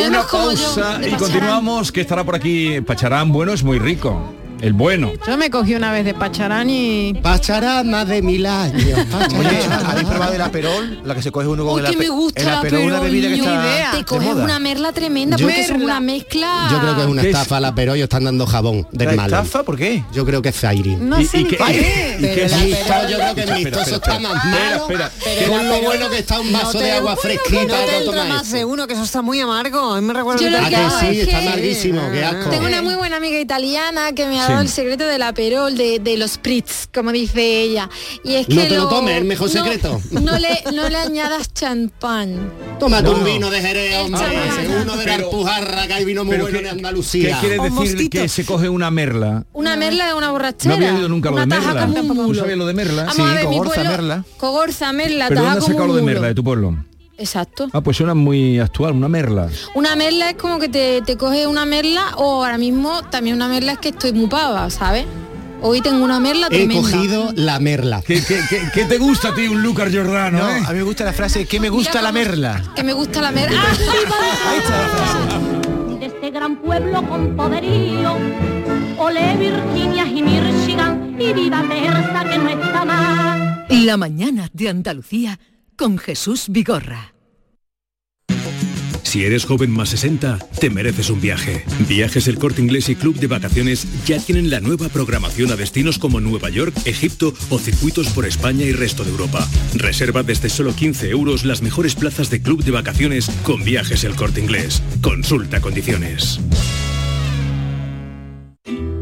Speaker 3: Una
Speaker 4: eres como yo,
Speaker 3: pausa
Speaker 4: de
Speaker 3: y
Speaker 4: Pacharán.
Speaker 3: continuamos, que estará por aquí Pacharán. Bueno, es muy rico. El bueno.
Speaker 8: Yo me cogí una vez de Pacharán y...
Speaker 5: Pachará más de mil años. Pachará.
Speaker 6: Oye, ¿habéis probado el aperol? La que se coge uno con
Speaker 4: Uy,
Speaker 6: el
Speaker 4: que
Speaker 6: aperol.
Speaker 4: me gusta
Speaker 6: el
Speaker 4: la
Speaker 6: aperol, una
Speaker 4: Perol,
Speaker 6: bebida que
Speaker 4: ni
Speaker 6: está
Speaker 4: idea.
Speaker 6: de
Speaker 4: Te coges
Speaker 6: moda.
Speaker 4: una merla tremenda
Speaker 5: Yo-
Speaker 4: porque es una mezcla.
Speaker 5: Yo creo que es una
Speaker 3: ¿Qué es?
Speaker 5: estafa la pero ellos están dando jabón
Speaker 6: ¿La
Speaker 5: del malo.
Speaker 6: estafa? ¿Por qué?
Speaker 5: Yo creo que es Zairi.
Speaker 8: No
Speaker 3: ¿Y-
Speaker 8: sé
Speaker 3: y
Speaker 8: ni
Speaker 3: qué-
Speaker 8: qué es.
Speaker 3: y- y qué es?
Speaker 8: Pero la-
Speaker 5: Listo, yo creo que el
Speaker 3: Espera,
Speaker 5: listoso
Speaker 3: espera,
Speaker 5: está más
Speaker 3: espera,
Speaker 5: malo.
Speaker 3: espera,
Speaker 5: que
Speaker 3: espera.
Speaker 5: con lo bueno que está un vaso
Speaker 16: No
Speaker 5: de
Speaker 16: te-
Speaker 5: agua fresquita.
Speaker 16: No te
Speaker 5: no
Speaker 16: entra
Speaker 5: toma
Speaker 16: más
Speaker 5: eso.
Speaker 16: de uno, que eso está muy amargo. A este mí me recuerda
Speaker 4: Yo lo
Speaker 5: ¿A
Speaker 4: que
Speaker 5: Ah, que
Speaker 4: hago
Speaker 5: sí?
Speaker 4: es
Speaker 5: Está
Speaker 4: que-
Speaker 5: malísimo, qué asco.
Speaker 4: Tengo una muy buena amiga italiana que me ha dado
Speaker 3: Sí.
Speaker 4: el secreto del aperol, de, de los spritz, como dice ella. Y es que
Speaker 5: No te lo tomes, el mejor secreto.
Speaker 4: No le, no le añadas champán.
Speaker 5: Tómate un vino de Jerez, hombre.
Speaker 4: chaval.
Speaker 5: Uno de la
Speaker 3: Pero-
Speaker 5: Alpujarra, que hay vino muy
Speaker 3: Pero
Speaker 5: bueno
Speaker 3: ¿qué-
Speaker 5: de
Speaker 3: ¿Qué
Speaker 5: Andalucía.
Speaker 3: quiere
Speaker 16: O
Speaker 3: decir
Speaker 16: mostitos.
Speaker 3: que se coge una merla?
Speaker 4: Una merla de una
Speaker 3: No
Speaker 4: borrachera.
Speaker 3: había oído nunca lo de
Speaker 4: Una taja
Speaker 3: merla. Ah,
Speaker 4: como un
Speaker 3: ¿Tú
Speaker 4: mulo.
Speaker 3: sabías lo de merla?
Speaker 4: Vamos
Speaker 6: Sí,
Speaker 4: a ver, mi
Speaker 6: cogorza,
Speaker 4: pueblo-
Speaker 6: merla.
Speaker 4: Cogorza, merla, taja
Speaker 3: ¿Pero dónde has
Speaker 4: como
Speaker 3: sacado lo
Speaker 4: un
Speaker 3: de
Speaker 4: mulo.
Speaker 3: merla de tu pueblo?
Speaker 4: Exacto.
Speaker 3: Ah, pues suena muy actual, una merla.
Speaker 4: Una merla es como que te, te coge una merla o ahora mismo también una merla es que estoy muy pava, ¿sabes? Hoy tengo una merla
Speaker 5: He
Speaker 4: tremenda.
Speaker 5: cogido la merla.
Speaker 3: ¿Qué, qué- qué- qué te gusta a ti un Lucas Giordano?
Speaker 6: No,
Speaker 3: eh?
Speaker 6: a mí me gusta la frase que me gusta
Speaker 4: Mira
Speaker 6: la
Speaker 4: cómo-
Speaker 6: merla.
Speaker 4: Que me gusta la merla. ¡Ah!
Speaker 6: Ahí está la frase.
Speaker 2: de este gran pueblo con poderío. Ole Virginia y Michigan y viva Terza que no está mal.
Speaker 17: La mañana de Andalucía con Jesús Vigorra.
Speaker 1: Si eres joven más 60, te mereces un viaje. Viajes El Corte Inglés y Club de Vacaciones ya tienen la nueva programación a destinos como Nueva York, Egipto o circuitos por España y resto de Europa. Reserva desde solo 15 euros las mejores plazas de club de vacaciones con Viajes El Corte Inglés. Consulta condiciones.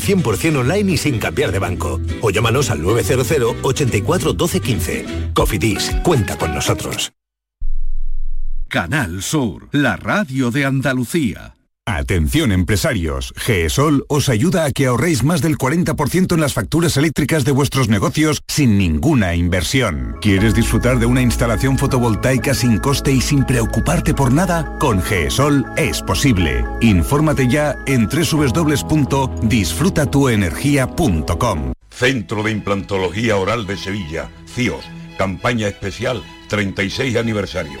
Speaker 18: 100% online y sin cambiar de banco. O llámanos al 900 84 12 15. Cofidis, cuenta con nosotros.
Speaker 19: Canal Sur, la radio de Andalucía. Atención empresarios, GESOL E os ayuda a que ahorréis más del 40% en las facturas eléctricas de vuestros negocios sin ninguna inversión. ¿Quieres disfrutar de una instalación fotovoltaica sin coste y sin preocuparte por nada? Con GESOL es posible. Infórmate ya en www.disfrutatuenergia.com.
Speaker 20: Centro de Implantología Oral de Sevilla, CIOS, campaña especial 36 aniversario.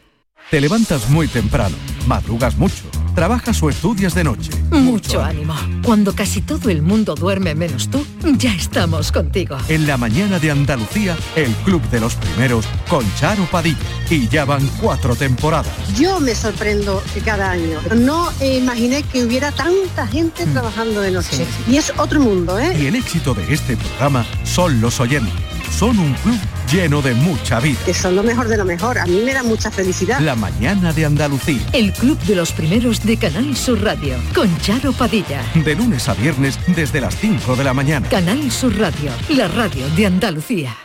Speaker 1: Te levantas muy temprano, madrugas mucho, trabajas o estudias de noche.
Speaker 17: Mucho ánimo. Cuando casi todo el mundo duerme menos tú, ya estamos contigo.
Speaker 1: En la mañana de Andalucía, el club de los primeros con Charo Padilla. Y ya van cuatro temporadas.
Speaker 21: Yo me sorprendo cada año. No imaginé que hubiera tanta gente
Speaker 5: Mm.
Speaker 21: trabajando de noche. Y es otro mundo, ¿eh?
Speaker 1: Y el éxito de este programa son los oyentes. Son un club lleno de mucha vida.
Speaker 21: Que son lo mejor de lo mejor. A mí me da mucha felicidad.
Speaker 1: La mañana de Andalucía.
Speaker 17: El club de los primeros de Canal Sur Radio con Charo Padilla.
Speaker 1: De lunes a viernes desde las 5 de la mañana.
Speaker 17: Canal Sur Radio, la radio de Andalucía.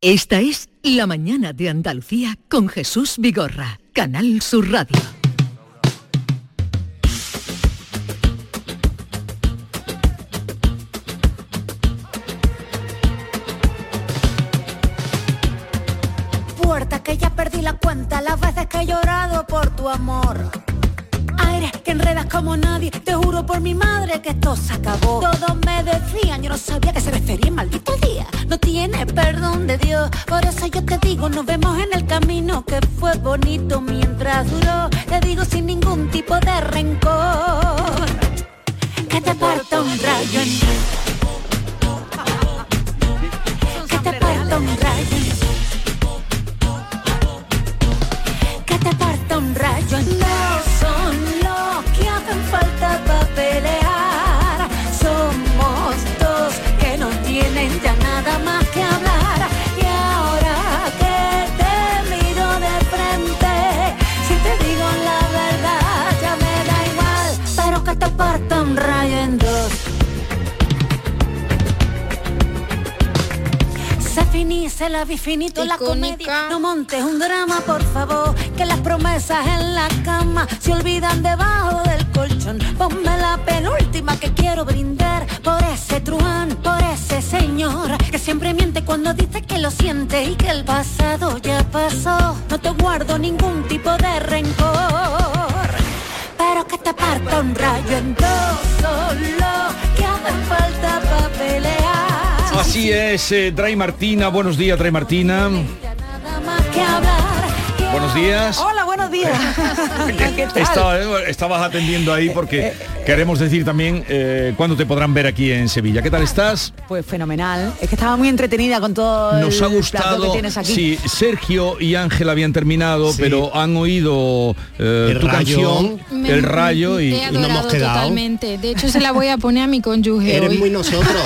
Speaker 17: Esta es La mañana de Andalucía con Jesús Vigorra. Canal Sur Radio.
Speaker 2: puerta que ya perdí la cuenta las veces que he llorado por tu amor. Aire que enredas como nadie, te juro por mi madre que esto se acabó. Todos me decían, yo no sabía que se refería, maldito día. No tiene perdón de Dios, por eso yo te digo, nos vemos en el camino que fue bonito mientras duró. Te digo sin ningún tipo de rencor, que te parta un rayo en mí. Que te parta un rayo en mí. que te parta un rayo. No son los que hacen falta para pelear. Somos dos que no tienen ya nada más que hablar. Y ahora que te miro de frente, si te digo la verdad ya me da igual. Pero que te parta un rayo en dos. Se finice la bifinito la comedia. No montes un drama, por favor. Que las promesas en la cama se olvidan debajo del colchón. Ponme la penúltima que quiero brindar por ese truán, por ese señor que siempre miente cuando dice que lo siente y que el pasado ya pasó. No te guardo ningún tipo de rencor. Pero que te parta un rayo en dos solo que hacen falta para pelear.
Speaker 4: Ah.
Speaker 3: Así es, eh, Dray Martina, buenos días, Dray Martina. Buenos días.
Speaker 22: Hola, buenos días. ¿Qué tal?
Speaker 3: Estaba- eh, estabas atendiendo ahí
Speaker 22: Eh,
Speaker 3: porque queremos decir también eh, cuándo te podrán ver aquí en Sevilla. ¿Qué tal estás?
Speaker 22: Pues fenomenal. Es que estaba muy entretenida con todo
Speaker 3: Nos
Speaker 22: el
Speaker 3: ha
Speaker 22: plató que
Speaker 3: gustado.
Speaker 22: tienes aquí.
Speaker 3: Sí, Sergio y Ángel habían terminado, pero han oído eh,
Speaker 5: El
Speaker 3: tu
Speaker 5: rayo.
Speaker 3: canción, el rayo y,
Speaker 4: Te he adorado totalmente. De hecho, se la voy a poner a mi cónyuge
Speaker 5: Eres
Speaker 4: hoy.
Speaker 5: muy nosotros,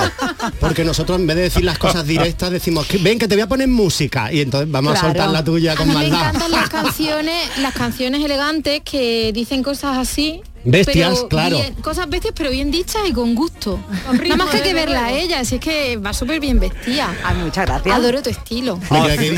Speaker 5: porque nosotros en vez de decir las cosas directas decimos, "Que- ven que te voy a poner música y entonces vamos
Speaker 4: Claro.
Speaker 5: a soltar la tuya con
Speaker 4: Me
Speaker 5: maldad.
Speaker 4: encantan las canciones, las canciones elegantes que dicen cosas así
Speaker 5: Bestias,
Speaker 4: pero
Speaker 5: claro.
Speaker 4: bien- cosas bestias, pero bien dichas y con gusto. Nada más que hay que verla a ella, si es que va súper bien vestida.
Speaker 22: muchas gracias.
Speaker 4: Adoro tu estilo.
Speaker 5: Venga, que-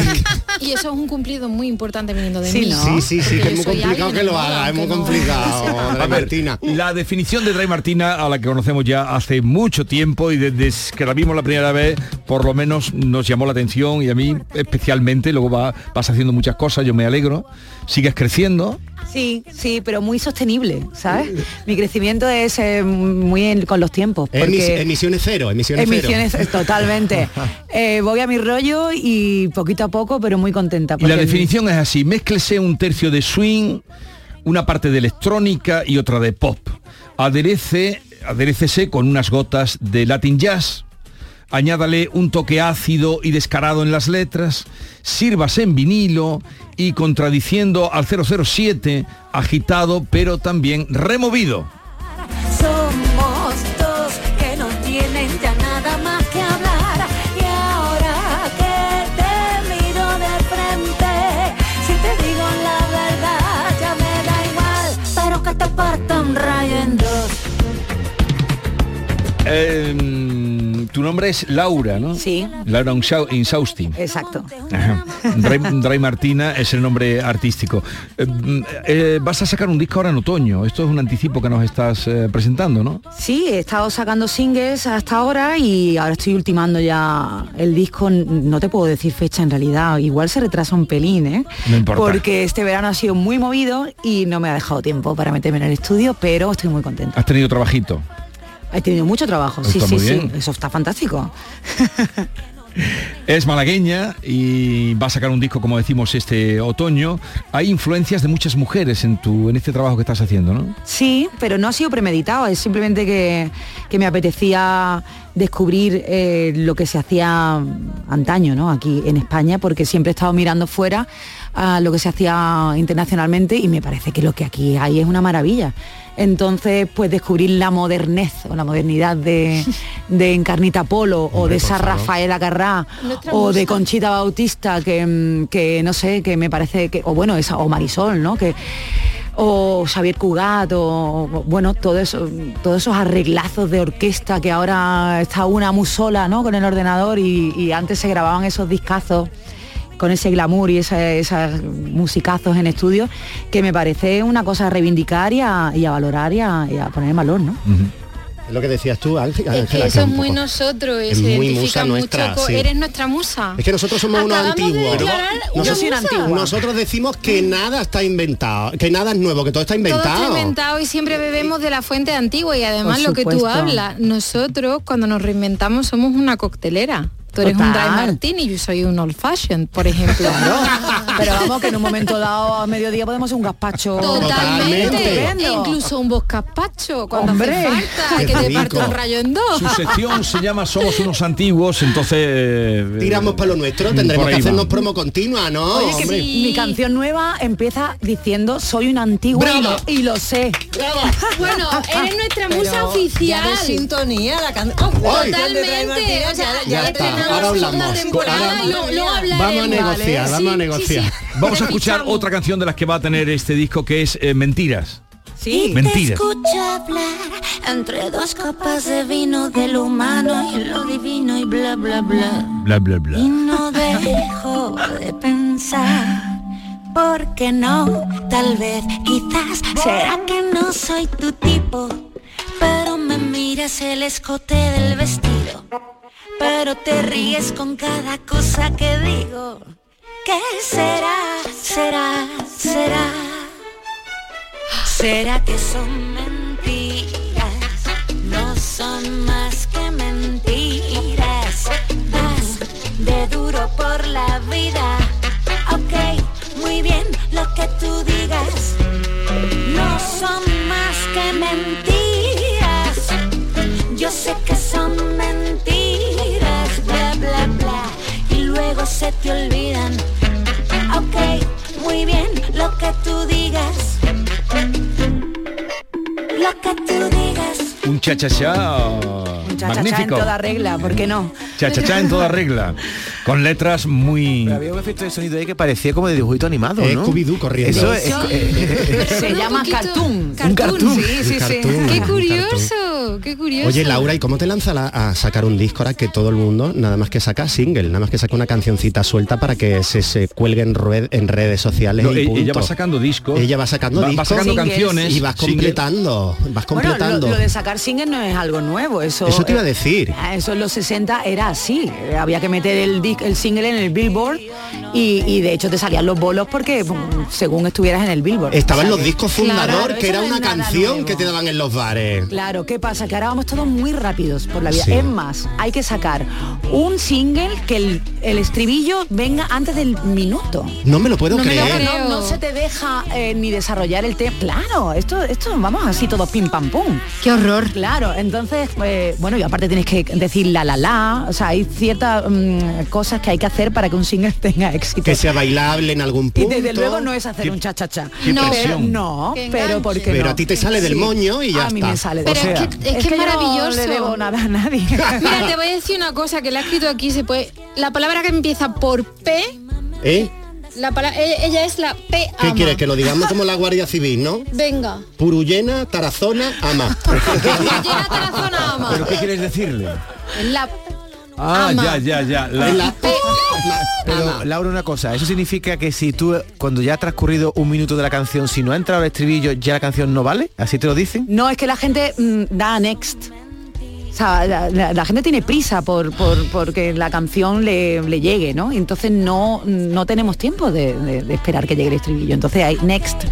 Speaker 4: y eso es un cumplido muy importante viniendo de mí.
Speaker 5: sí, sí, sí, que
Speaker 4: Porque
Speaker 5: es
Speaker 4: soy
Speaker 5: muy complicado
Speaker 4: alguien
Speaker 5: que lo
Speaker 4: de moda,
Speaker 5: haga, es muy
Speaker 4: que no-
Speaker 5: complicado.
Speaker 3: A ver, La definición de Dray Martina, a la que conocemos ya hace mucho tiempo y desde que la vimos la primera vez, por lo menos nos llamó la atención y a mí especialmente, luego va- vas haciendo muchas cosas, yo me alegro, sigues creciendo.
Speaker 22: Sí, sí, pero muy sostenible, ¿sabes? Mi crecimiento es eh, muy en- con los tiempos.
Speaker 5: Emis-
Speaker 22: porque-
Speaker 5: emisiones cero, emisiones,
Speaker 22: Emisiones,
Speaker 5: cero.
Speaker 22: eh, totalmente. Eh, voy a mi rollo y poquito a poco, pero muy contenta.
Speaker 3: Y la
Speaker 22: porque-
Speaker 3: definición es así, mézclese un tercio de swing, una parte de electrónica y otra de pop. Aderece, aderécese con unas gotas de Latin jazz. Añádale un toque ácido y descarado en las letras, sírvase en vinilo y contradiciendo al 007, agitado pero también removido.
Speaker 2: Somos dos que no tienen ya nada más que hablar. Y ahora que te miro de frente, si te digo la verdad, ya me da igual. Pero que te parta un rayo en dos.
Speaker 3: Eh, tu nombre es Laura, ¿no? Sí. Laura Insau- Insaustin.
Speaker 22: Exacto.
Speaker 3: Ajá. Dray, Dray Martina es el nombre artístico. Eh, mm, eh, vas a sacar un disco ahora en otoño. Esto es un anticipo que nos estás eh, presentando, ¿no?
Speaker 22: Sí, he estado sacando singles hasta ahora y ahora estoy ultimando ya el disco. N- No te puedo decir fecha en realidad, igual se retrasa un pelín, ¿eh?
Speaker 3: No importa.
Speaker 22: Porque este verano ha sido muy movido y no me ha dejado tiempo para meterme en el estudio, pero estoy muy contenta.
Speaker 3: Has tenido trabajito.
Speaker 22: He tenido mucho trabajo, sí,
Speaker 3: Está
Speaker 22: sí,
Speaker 3: muy
Speaker 22: sí,
Speaker 3: bien.
Speaker 22: eso está fantástico.
Speaker 3: Es malagueña y va a sacar un disco, como decimos, este otoño. Hay influencias de muchas mujeres en tu en este trabajo que estás haciendo, ¿no?
Speaker 22: Sí, pero no ha sido premeditado, es simplemente que, que me apetecía descubrir eh, lo que se hacía antaño, ¿no? Aquí en España, porque siempre he estado mirando fuera a lo que se hacía internacionalmente y me parece que lo que aquí hay es una maravilla. Entonces, pues descubrir la modernez o la modernidad de, de Encarnita Polo o
Speaker 8: Hombre,
Speaker 22: de
Speaker 8: por
Speaker 22: San
Speaker 8: favor.
Speaker 22: Rafaela Carrá
Speaker 8: Nuestra
Speaker 22: o de
Speaker 8: musa.
Speaker 22: Conchita Bautista, que, mm, que no sé, que me parece que, o bueno, esa, o Marisol, ¿no? Que, o Xavier Cugat, o o, bueno, todo eso, todos esos arreglazos de orquesta que ahora está una musola, ¿no? Con el ordenador y, y antes se grababan esos discazos con ese glamour y esa- esas musicazos en estudio, que me parece una cosa a reivindicar y a, y a valorar y a, y a poner en valor, ¿no?
Speaker 5: Es lo que decías tú, Ángel- Ángela.
Speaker 4: Es que
Speaker 5: que
Speaker 4: eso es
Speaker 5: un
Speaker 4: muy
Speaker 5: poco-
Speaker 4: nosotros,
Speaker 5: Es
Speaker 4: se
Speaker 5: muy
Speaker 4: identifica
Speaker 5: musa
Speaker 4: mucho
Speaker 5: nuestra,
Speaker 4: con-
Speaker 5: sí.
Speaker 4: Eres nuestra musa.
Speaker 5: Es que nosotros somos unos
Speaker 4: Acabamos de
Speaker 5: antiguos.
Speaker 4: declarar una
Speaker 5: Nosotros-
Speaker 4: musa.
Speaker 5: nosotros decimos que nada está inventado, que nada es nuevo, que todo está inventado.
Speaker 4: Todo está inventado y siempre bebemos de la fuente antigua y además
Speaker 5: Por
Speaker 4: lo que tú
Speaker 5: supuesto.
Speaker 4: hablas, nosotros cuando nos reinventamos somos una coctelera. Tú eres un
Speaker 22: Total.
Speaker 4: dry martini, yo soy un old fashion, por ejemplo.
Speaker 22: Pero vamos, que en un momento dado, a mediodía, podemos hacer un gazpacho.
Speaker 4: Totalmente.
Speaker 22: Estupendo.
Speaker 4: E incluso un boscazpacho cuando
Speaker 22: Hombre.
Speaker 4: hace falta, que
Speaker 3: Qué
Speaker 4: te parte
Speaker 3: rico.
Speaker 4: un rayo en dos.
Speaker 3: Su sección se llama Somos unos antiguos, entonces... eh,
Speaker 5: Tiramos para lo nuestro, tendremos
Speaker 3: por
Speaker 5: que
Speaker 3: ahí va.
Speaker 5: hacernos promo continua, ¿no?
Speaker 22: Oye, que
Speaker 5: Ah, Hombre.
Speaker 22: mi, mi canción nueva empieza diciendo soy una antigua y lo, y lo sé.
Speaker 4: Bueno, eres nuestra
Speaker 22: Pero
Speaker 4: musa
Speaker 22: ya
Speaker 4: oficial.
Speaker 22: de
Speaker 7: sintonía la
Speaker 4: Totalmente.
Speaker 7: Martina,
Speaker 4: o sea,
Speaker 7: ya- ya
Speaker 4: tenemos
Speaker 7: está, ahora
Speaker 4: segunda
Speaker 7: hablamos.
Speaker 4: temporada,
Speaker 7: Ahora-
Speaker 4: lo- lo
Speaker 3: Vamos a
Speaker 4: hablaremos,
Speaker 3: negociar,
Speaker 4: ¿vale?
Speaker 3: vamos a
Speaker 4: Sí,
Speaker 3: negociar.
Speaker 4: sí,
Speaker 3: Vamos a escuchar otra canción de las que va a tener este disco que es eh, Mentiras.
Speaker 2: Sí. Te
Speaker 3: Mentiras.
Speaker 2: escucho hablar entre dos copas de vino de lo humano y lo divino y bla bla bla.
Speaker 3: Bla, bla, bla.
Speaker 2: Y no dejo de pensar. ¿Por qué no? Tal vez, quizás, será que no soy tu tipo. Pero me miras el escote del vestido. Pero te ríes con cada cosa que digo. ¿Qué será? ¿Será? ¿Será? ¿Será que son mentiras? No son más que mentiras. Vas de duro por la vida. Ok, muy bien lo que tú digas. No son más que mentiras. Yo sé que son mentiras. Bla, bla, bla. Y luego se te olvidan. Ok, muy bien lo que tú digas. Lo que tú digas.
Speaker 3: Un cha-cha-cha
Speaker 22: Cha-cha-cha en
Speaker 3: magnífico.
Speaker 22: toda regla, ¿por qué no?
Speaker 3: Cha-cha-cha en toda regla. Con letras muy...
Speaker 6: Había un efecto de sonido ahí que parecía como de dibujito animado,
Speaker 3: Eh,
Speaker 6: ¿no?
Speaker 3: Scooby-Doo
Speaker 6: Eso
Speaker 3: corriendo.
Speaker 6: es,
Speaker 22: Se
Speaker 4: un
Speaker 22: llama
Speaker 4: poquito-
Speaker 22: cartoon.
Speaker 4: cartoon.
Speaker 5: cartoon.
Speaker 4: Sí, sí,
Speaker 5: Un
Speaker 4: sí.
Speaker 5: cartoon,
Speaker 4: Qué
Speaker 5: un
Speaker 4: curioso, qué curioso.
Speaker 5: Oye, Laura, ¿y cómo te lanza la- a sacar un disco ahora que todo el mundo nada más que saca single, nada más que saca una cancioncita suelta para que se, se cuelgue en, red- en redes sociales?
Speaker 3: No,
Speaker 5: y
Speaker 3: e- ella
Speaker 5: punto?
Speaker 3: va sacando discos.
Speaker 5: Ella va sacando
Speaker 3: va, va
Speaker 5: discos.
Speaker 3: sacando
Speaker 5: Singles.
Speaker 3: canciones.
Speaker 5: y vas
Speaker 3: singles.
Speaker 5: completando, vas
Speaker 22: Bueno, lo,
Speaker 5: completando.
Speaker 22: lo de sacar singles no es algo nuevo, eso...
Speaker 5: Eso te iba a
Speaker 22: eh,
Speaker 5: decir.
Speaker 22: Ah, Eso en los 60 era así, eh, había que meter el, disc- el single en el Billboard y, y de hecho te salían los bolos porque mm, según estuvieras en el Billboard.
Speaker 5: Estaban
Speaker 22: O sea,
Speaker 5: los discos
Speaker 22: claro,
Speaker 5: fundador,
Speaker 22: eso
Speaker 5: que era
Speaker 22: no es
Speaker 5: una
Speaker 22: nada
Speaker 5: canción
Speaker 22: nuevo.
Speaker 5: que te daban en los bares.
Speaker 22: Claro, ¿qué pasa? Que ahora vamos todos muy rápidos por la vida.
Speaker 5: Sí.
Speaker 22: Es más, hay que sacar un single que el, el estribillo venga antes del minuto.
Speaker 5: No me lo puedo
Speaker 22: No, me
Speaker 5: creer.
Speaker 22: lo- no, no se te deja eh, ni desarrollar el tema. Claro, esto, esto vamos así todos pim pam pum.
Speaker 4: Qué horror.
Speaker 22: Claro, entonces, eh, bueno, y aparte tienes que decir la la la. O sea, hay ciertas mm, cosas que hay que hacer para que un single tenga éxito.
Speaker 5: Que sea bailable en algún
Speaker 22: Y
Speaker 5: punto.
Speaker 22: desde luego no es hacer un cha cha cha.
Speaker 5: qué
Speaker 22: no, pero,
Speaker 5: presión.
Speaker 22: no,
Speaker 5: Que
Speaker 22: pero
Speaker 5: enganche.
Speaker 22: porque
Speaker 5: Pero a ti te sale del moño y ya
Speaker 22: A mí me
Speaker 5: está.
Speaker 22: sale
Speaker 5: Pero
Speaker 22: del
Speaker 5: es
Speaker 22: moño.
Speaker 5: que-
Speaker 4: es que es
Speaker 22: yo
Speaker 4: maravilloso.
Speaker 22: No le debo nada a nadie.
Speaker 4: Mira, te voy a decir una cosa que la he escrito aquí, se puede. La palabra que empieza por P,
Speaker 5: ¿Eh?
Speaker 4: la pala- e- ella es la P
Speaker 5: ¿Qué
Speaker 4: ama.
Speaker 5: quieres? Que lo digamos como la Guardia Civil, ¿no?
Speaker 4: Venga.
Speaker 5: Purullena, Tarazona, Ama.
Speaker 3: ¿Pero qué quieres decirle?
Speaker 4: Es la
Speaker 3: Ah,
Speaker 4: Ama.
Speaker 3: ya, ya, ya. La-
Speaker 6: Pero, Laura, una cosa, eso significa que si tú, cuando ya ha transcurrido un minuto de la canción, si no ha entrado el estribillo, ya la canción no vale, así te lo dicen.
Speaker 22: No, es que la gente mm, da next. O sea, la, la- la gente tiene prisa por, por- porque la canción le, le llegue, ¿no? Entonces no, no tenemos tiempo de, de- de esperar que llegue el estribillo. Entonces hay next.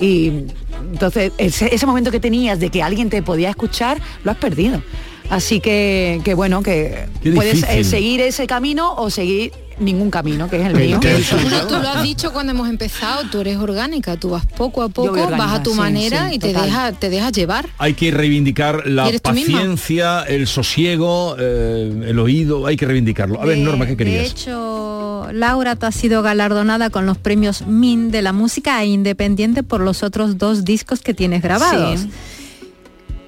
Speaker 22: Y entonces ese, ese momento que tenías de que alguien te podía escuchar, lo has perdido. Así que, que bueno, que
Speaker 3: Qué
Speaker 22: puedes eh,
Speaker 3: difícil.
Speaker 22: seguir ese camino o seguir ningún camino, que es el mío.
Speaker 4: Bueno, tú lo has dicho cuando hemos empezado, tú eres orgánica, tú vas poco a poco, vas
Speaker 22: orgánica,
Speaker 4: a tu
Speaker 22: sí,
Speaker 4: manera
Speaker 22: sí,
Speaker 4: y te
Speaker 22: total.
Speaker 4: deja, te dejas llevar.
Speaker 3: Hay que reivindicar la
Speaker 4: ¿Eres tú misma?
Speaker 3: paciencia, el sosiego, eh, el oído, hay que reivindicarlo. A ver,
Speaker 9: De-
Speaker 3: Norma, ¿qué
Speaker 9: De
Speaker 3: querías?
Speaker 9: hecho, Laura ha sido galardonada con los premios MIN de la música e independiente por los otros dos discos que tienes grabados.
Speaker 22: Sí.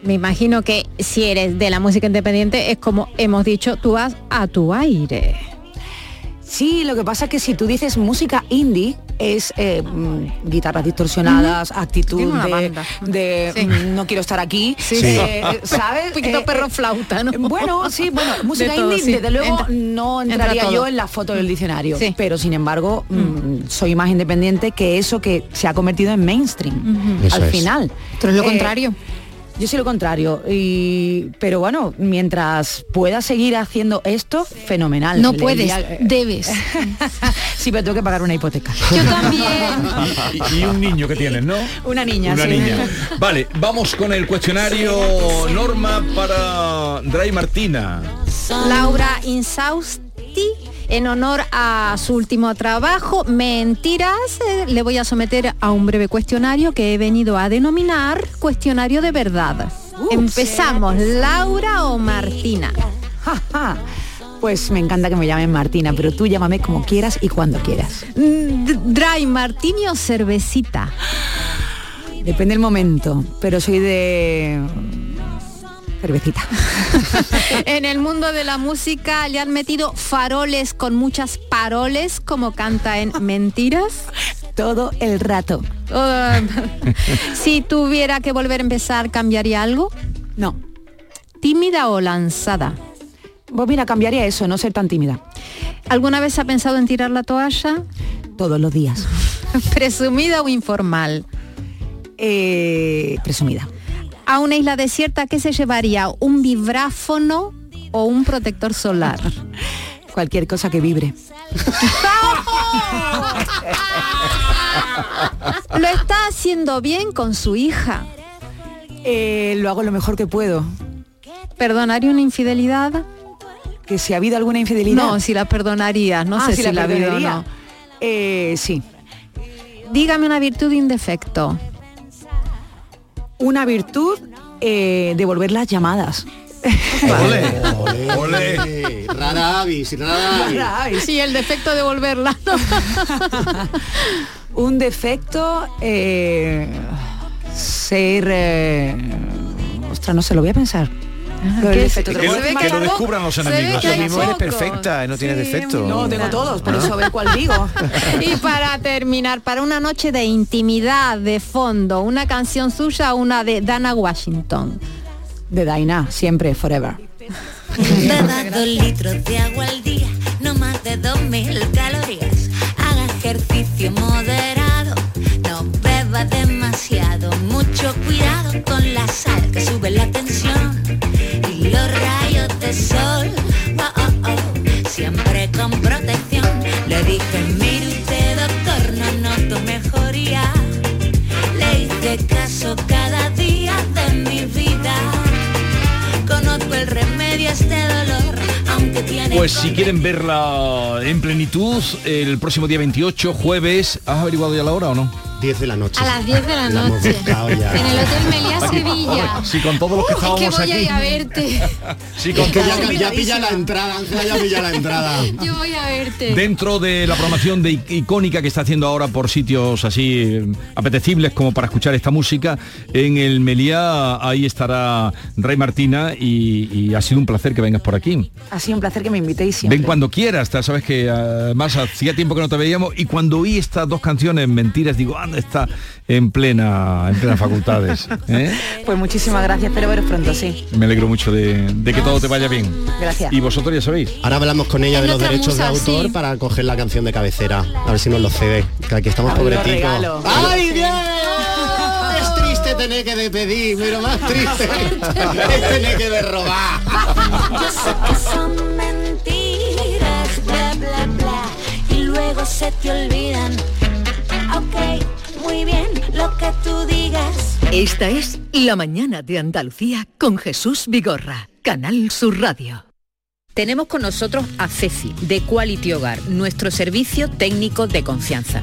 Speaker 9: Me imagino que si eres de la música independiente es como hemos dicho, tú vas a tu aire.
Speaker 22: Eh, Sí, lo que pasa es que si tú dices música indie, es eh, mm, guitarras distorsionadas, actitud
Speaker 17: Tiene una
Speaker 22: de,
Speaker 17: banda.
Speaker 22: de,
Speaker 17: Sí.
Speaker 22: mm, no quiero estar aquí,
Speaker 17: Sí, Sí.
Speaker 22: eh,
Speaker 17: sí.
Speaker 22: ¿sabes?
Speaker 17: Un poquito perro flauta, ¿no?
Speaker 22: Bueno, sí, bueno, música
Speaker 17: De todo,
Speaker 22: indie,
Speaker 17: sí.
Speaker 22: desde luego
Speaker 17: Entra-
Speaker 22: no
Speaker 17: entra
Speaker 22: entraría
Speaker 17: todo. Mm.
Speaker 22: yo en la foto del diccionario,
Speaker 17: Sí.
Speaker 22: pero sin embargo mm, soy más independiente que eso que se ha convertido en mainstream
Speaker 17: Ujú. Eso
Speaker 22: al
Speaker 17: es.
Speaker 22: final.
Speaker 4: Tú eres lo
Speaker 22: Eh,
Speaker 4: contrario.
Speaker 22: yo soy lo contrario, y, pero bueno, mientras pueda seguir haciendo esto, fenomenal.
Speaker 4: No
Speaker 22: El
Speaker 4: puedes,
Speaker 22: día-
Speaker 4: debes.
Speaker 22: sí, pero tengo que pagar una hipoteca.
Speaker 4: Yo también.
Speaker 3: Y, y un niño que tienes, ¿no?
Speaker 22: Una niña,
Speaker 3: Una
Speaker 22: sí.
Speaker 3: niña. Vale, vamos con el cuestionario Norma para Dray Martina.
Speaker 8: Laura Insausti, en honor a su último trabajo, Mentiras, eh, le voy a someter a un breve cuestionario que he venido a denominar cuestionario de verdad. Empezamos, Laura o Martina.
Speaker 22: Ajá. Pues me encanta que me llamen Martina, pero tú llámame como quieras y cuando quieras.
Speaker 8: Mm, d- Dry martini o cervecita.
Speaker 22: Depende del momento, pero soy de cervecita.
Speaker 8: en el mundo de la música le han metido faroles con muchas paroles, como canta en Mentiras. Oh.
Speaker 22: Todo el rato.
Speaker 8: si tuviera que volver a empezar, ¿cambiaría algo?
Speaker 22: No.
Speaker 8: ¿Tímida o lanzada?
Speaker 22: Pues mira, cambiaría eso, no ser tan tímida.
Speaker 8: ¿Alguna vez ha pensado en tirar la toalla?
Speaker 22: Todos los días.
Speaker 8: ¿Presumida o informal?
Speaker 22: Eh, presumida.
Speaker 8: ¿A una isla desierta qué se llevaría? ¿Un vibráfono o un protector solar?
Speaker 22: Cualquier cosa que vibre.
Speaker 8: ¿Lo está haciendo bien con su hija?
Speaker 22: Eh, lo hago lo mejor que puedo.
Speaker 8: ¿Perdonaría una infidelidad?
Speaker 22: Que si ha habido alguna infidelidad.
Speaker 8: No, si la perdonaría, no
Speaker 22: Ah,
Speaker 8: sé si, la, vida o
Speaker 22: perdonaría.
Speaker 8: no.
Speaker 22: Eh, sí.
Speaker 8: Dígame una virtud y un defecto.
Speaker 22: Una virtud, eh, devolver las llamadas.
Speaker 5: Ole. Rara avis, rara avis.
Speaker 8: Sí, el defecto de volverla.
Speaker 22: Un defecto, eh, ser... eh, ostras, no se lo voy a pensar.
Speaker 8: Ah,
Speaker 22: Lo del defecto.
Speaker 6: Que,
Speaker 22: Te lo-
Speaker 6: que lo descubran los
Speaker 22: se ve
Speaker 6: enemigos.
Speaker 22: que hay
Speaker 6: Lo mismo eres
Speaker 22: pocos.
Speaker 6: perfecta, no tienes defectos.
Speaker 22: No, tengo todos, por eso
Speaker 8: ver cuál digo. Ah. Y para terminar, para una noche de intimidad de fondo, una canción suya, una de Dana Washington.
Speaker 22: De Daina, siempre, forever.
Speaker 2: Beba dos litros de agua al día, no más de 2000 calorías. Haga ejercicio moderado, no beba demasiado. Mucho cuidado con la sal que sube la tensión y los rayos de sol. Oh, oh, oh, Siempre con protección. Le dije, mire usted doctor, no noto mejoría. Le hice caso cada día de mi vida. Conozco el remedio a este dolor, aunque tiene
Speaker 3: Pues si quieren verla en plenitud, el próximo día 28, jueves, ¿has averiguado ya la hora o no?
Speaker 5: 10 de la noche.
Speaker 4: A las 10 de la
Speaker 5: La hemos
Speaker 4: noche.
Speaker 5: buscado ya.
Speaker 4: En el Hotel Meliá
Speaker 3: Aquí, hombre,
Speaker 4: Sevilla.
Speaker 3: Si con todos los que
Speaker 4: Es que
Speaker 3: estábamos
Speaker 4: voy a
Speaker 3: aquí.
Speaker 4: ir a verte.
Speaker 3: si con
Speaker 5: Es que
Speaker 3: todos-
Speaker 5: ya, ya pilla la entrada, Ángela, ya pilla la entrada.
Speaker 4: Yo voy a verte.
Speaker 3: Dentro de la programación de icónica que está haciendo ahora por sitios así eh, apetecibles como para escuchar esta música, en el Meliá ahí estará Rey Martina y, y ha sido un placer que vengas por aquí.
Speaker 22: Ha sido un placer que me invitéis siempre.
Speaker 3: Ven cuando quieras, ta- sabes que además hacía tiempo que no te veíamos y cuando oí estas dos canciones, mentiras, digo, anda, está en plena, en plena facultades. ¿eh?
Speaker 22: Pues muchísimas gracias, espero veros pronto, sí.
Speaker 3: Me alegro mucho de, de que todo te vaya bien.
Speaker 22: Gracias.
Speaker 3: Y vosotros ya sabéis.
Speaker 5: Ahora hablamos con ella de los
Speaker 22: nuestra
Speaker 5: derechos de
Speaker 22: musa,
Speaker 5: autor
Speaker 22: sí.
Speaker 5: para coger la canción de cabecera. A ver si nos lo cede. Que aquí estamos
Speaker 22: Ah, lo
Speaker 5: pobreticos.
Speaker 22: regalo.
Speaker 5: ¡Ay, bien! Es triste tener que despedir, pero más triste es
Speaker 3: Este
Speaker 5: tener que derrobar.
Speaker 2: Yo sé que son mentiras, bla bla bla, y luego se te olvidan. Ok, muy bien, lo que tú digas.
Speaker 17: Esta es La Mañana de Andalucía con Jesús Vigorra, Canal Sur Radio.
Speaker 10: Tenemos con nosotros a Ceci, de Quality Hogar, nuestro servicio técnico de confianza.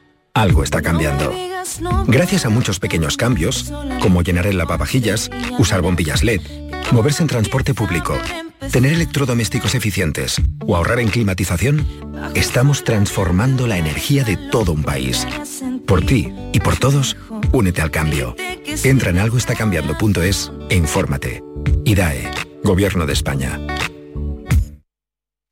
Speaker 23: Algo está cambiando. Gracias a muchos pequeños cambios, como llenar el lavavajillas, usar bombillas LED, moverse en transporte público, tener electrodomésticos eficientes o ahorrar en climatización, estamos transformando la energía de todo un país. Por ti y por todos, únete al cambio. Entra en algoestacambiando.es e infórmate. IDAE, Gobierno de España.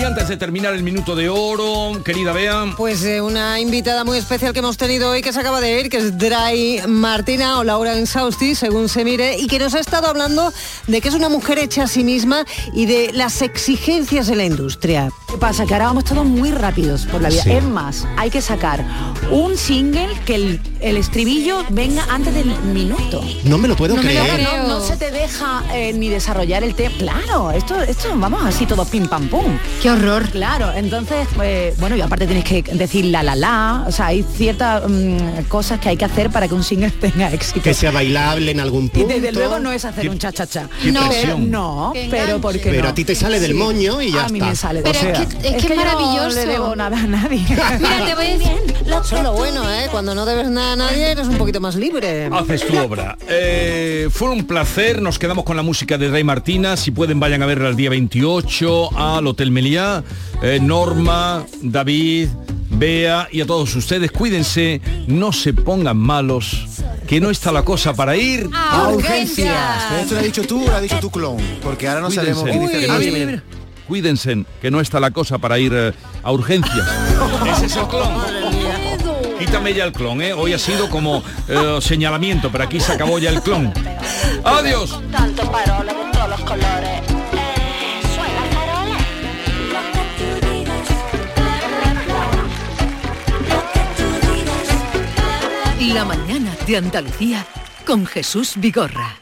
Speaker 3: Y antes de terminar el minuto de oro, querida Bea.
Speaker 7: Pues eh, una invitada muy especial que hemos tenido hoy que se acaba de ir, que es Dry Martina o Laura Ensausti, según se mire, y que nos ha estado hablando de que es una mujer hecha a sí misma y de las exigencias de la industria.
Speaker 22: ¿Qué pasa? Que ahora vamos todos muy rápidos por la vida.
Speaker 7: Sí.
Speaker 22: Es más, hay que sacar un single que el, el estribillo venga antes del minuto.
Speaker 5: No me lo puedo
Speaker 22: me
Speaker 5: creer.
Speaker 22: lo creo. No, no se te deja eh, ni desarrollar el tema. Claro, esto, esto vamos así todo pim pam pum.
Speaker 8: Qué horror.
Speaker 22: Claro, entonces, eh, bueno, y aparte tienes que decir la la la. O sea, hay ciertas mm, cosas que hay que hacer para que un single tenga éxito.
Speaker 5: Que sea bailable en algún
Speaker 22: Y
Speaker 5: punto.
Speaker 22: desde luego no es hacer un cha-cha-cha.
Speaker 5: qué
Speaker 22: no, pero,
Speaker 5: presión.
Speaker 22: no,
Speaker 5: Que
Speaker 22: pero porque
Speaker 5: Pero a ti te sale del moño y ya
Speaker 22: A mí
Speaker 5: está.
Speaker 22: me sale
Speaker 5: Pero
Speaker 22: del
Speaker 5: es
Speaker 22: moño.
Speaker 5: que-
Speaker 22: O sea,
Speaker 7: es que es
Speaker 22: yo
Speaker 7: maravilloso.
Speaker 22: No le debo nada a nadie.
Speaker 7: Mira, te voy a decir, eso es lo bueno, ¿eh? Cuando no debes nada a nadie eres un poquito más libre.
Speaker 3: Haces tu obra. Eh, fue un placer, nos quedamos con la música de Rey Martina. Si pueden, vayan a verla el día 28 al Hotel Meliá. Eh, Norma, David, Bea y a todos ustedes, cuídense, no se pongan malos, que no está la cosa para ir
Speaker 6: A urgencias. Pero esto lo has dicho tú o lo has dicho tu clon. Porque ahora no sabemos quién dice
Speaker 3: Ah,
Speaker 6: que
Speaker 3: mira,
Speaker 6: no.
Speaker 3: mira, mira. Cuídense, que no está la cosa para ir eh, a urgencias. Ese es el clon. Quítame ya el clon, ¿eh? Hoy ha sido como eh, señalamiento, pero aquí se acabó ya el clon. Adiós.
Speaker 24: Tanto parole con todos los colores.
Speaker 2: Eh,
Speaker 17: La mañana de Andalucía con Jesús Vigorra.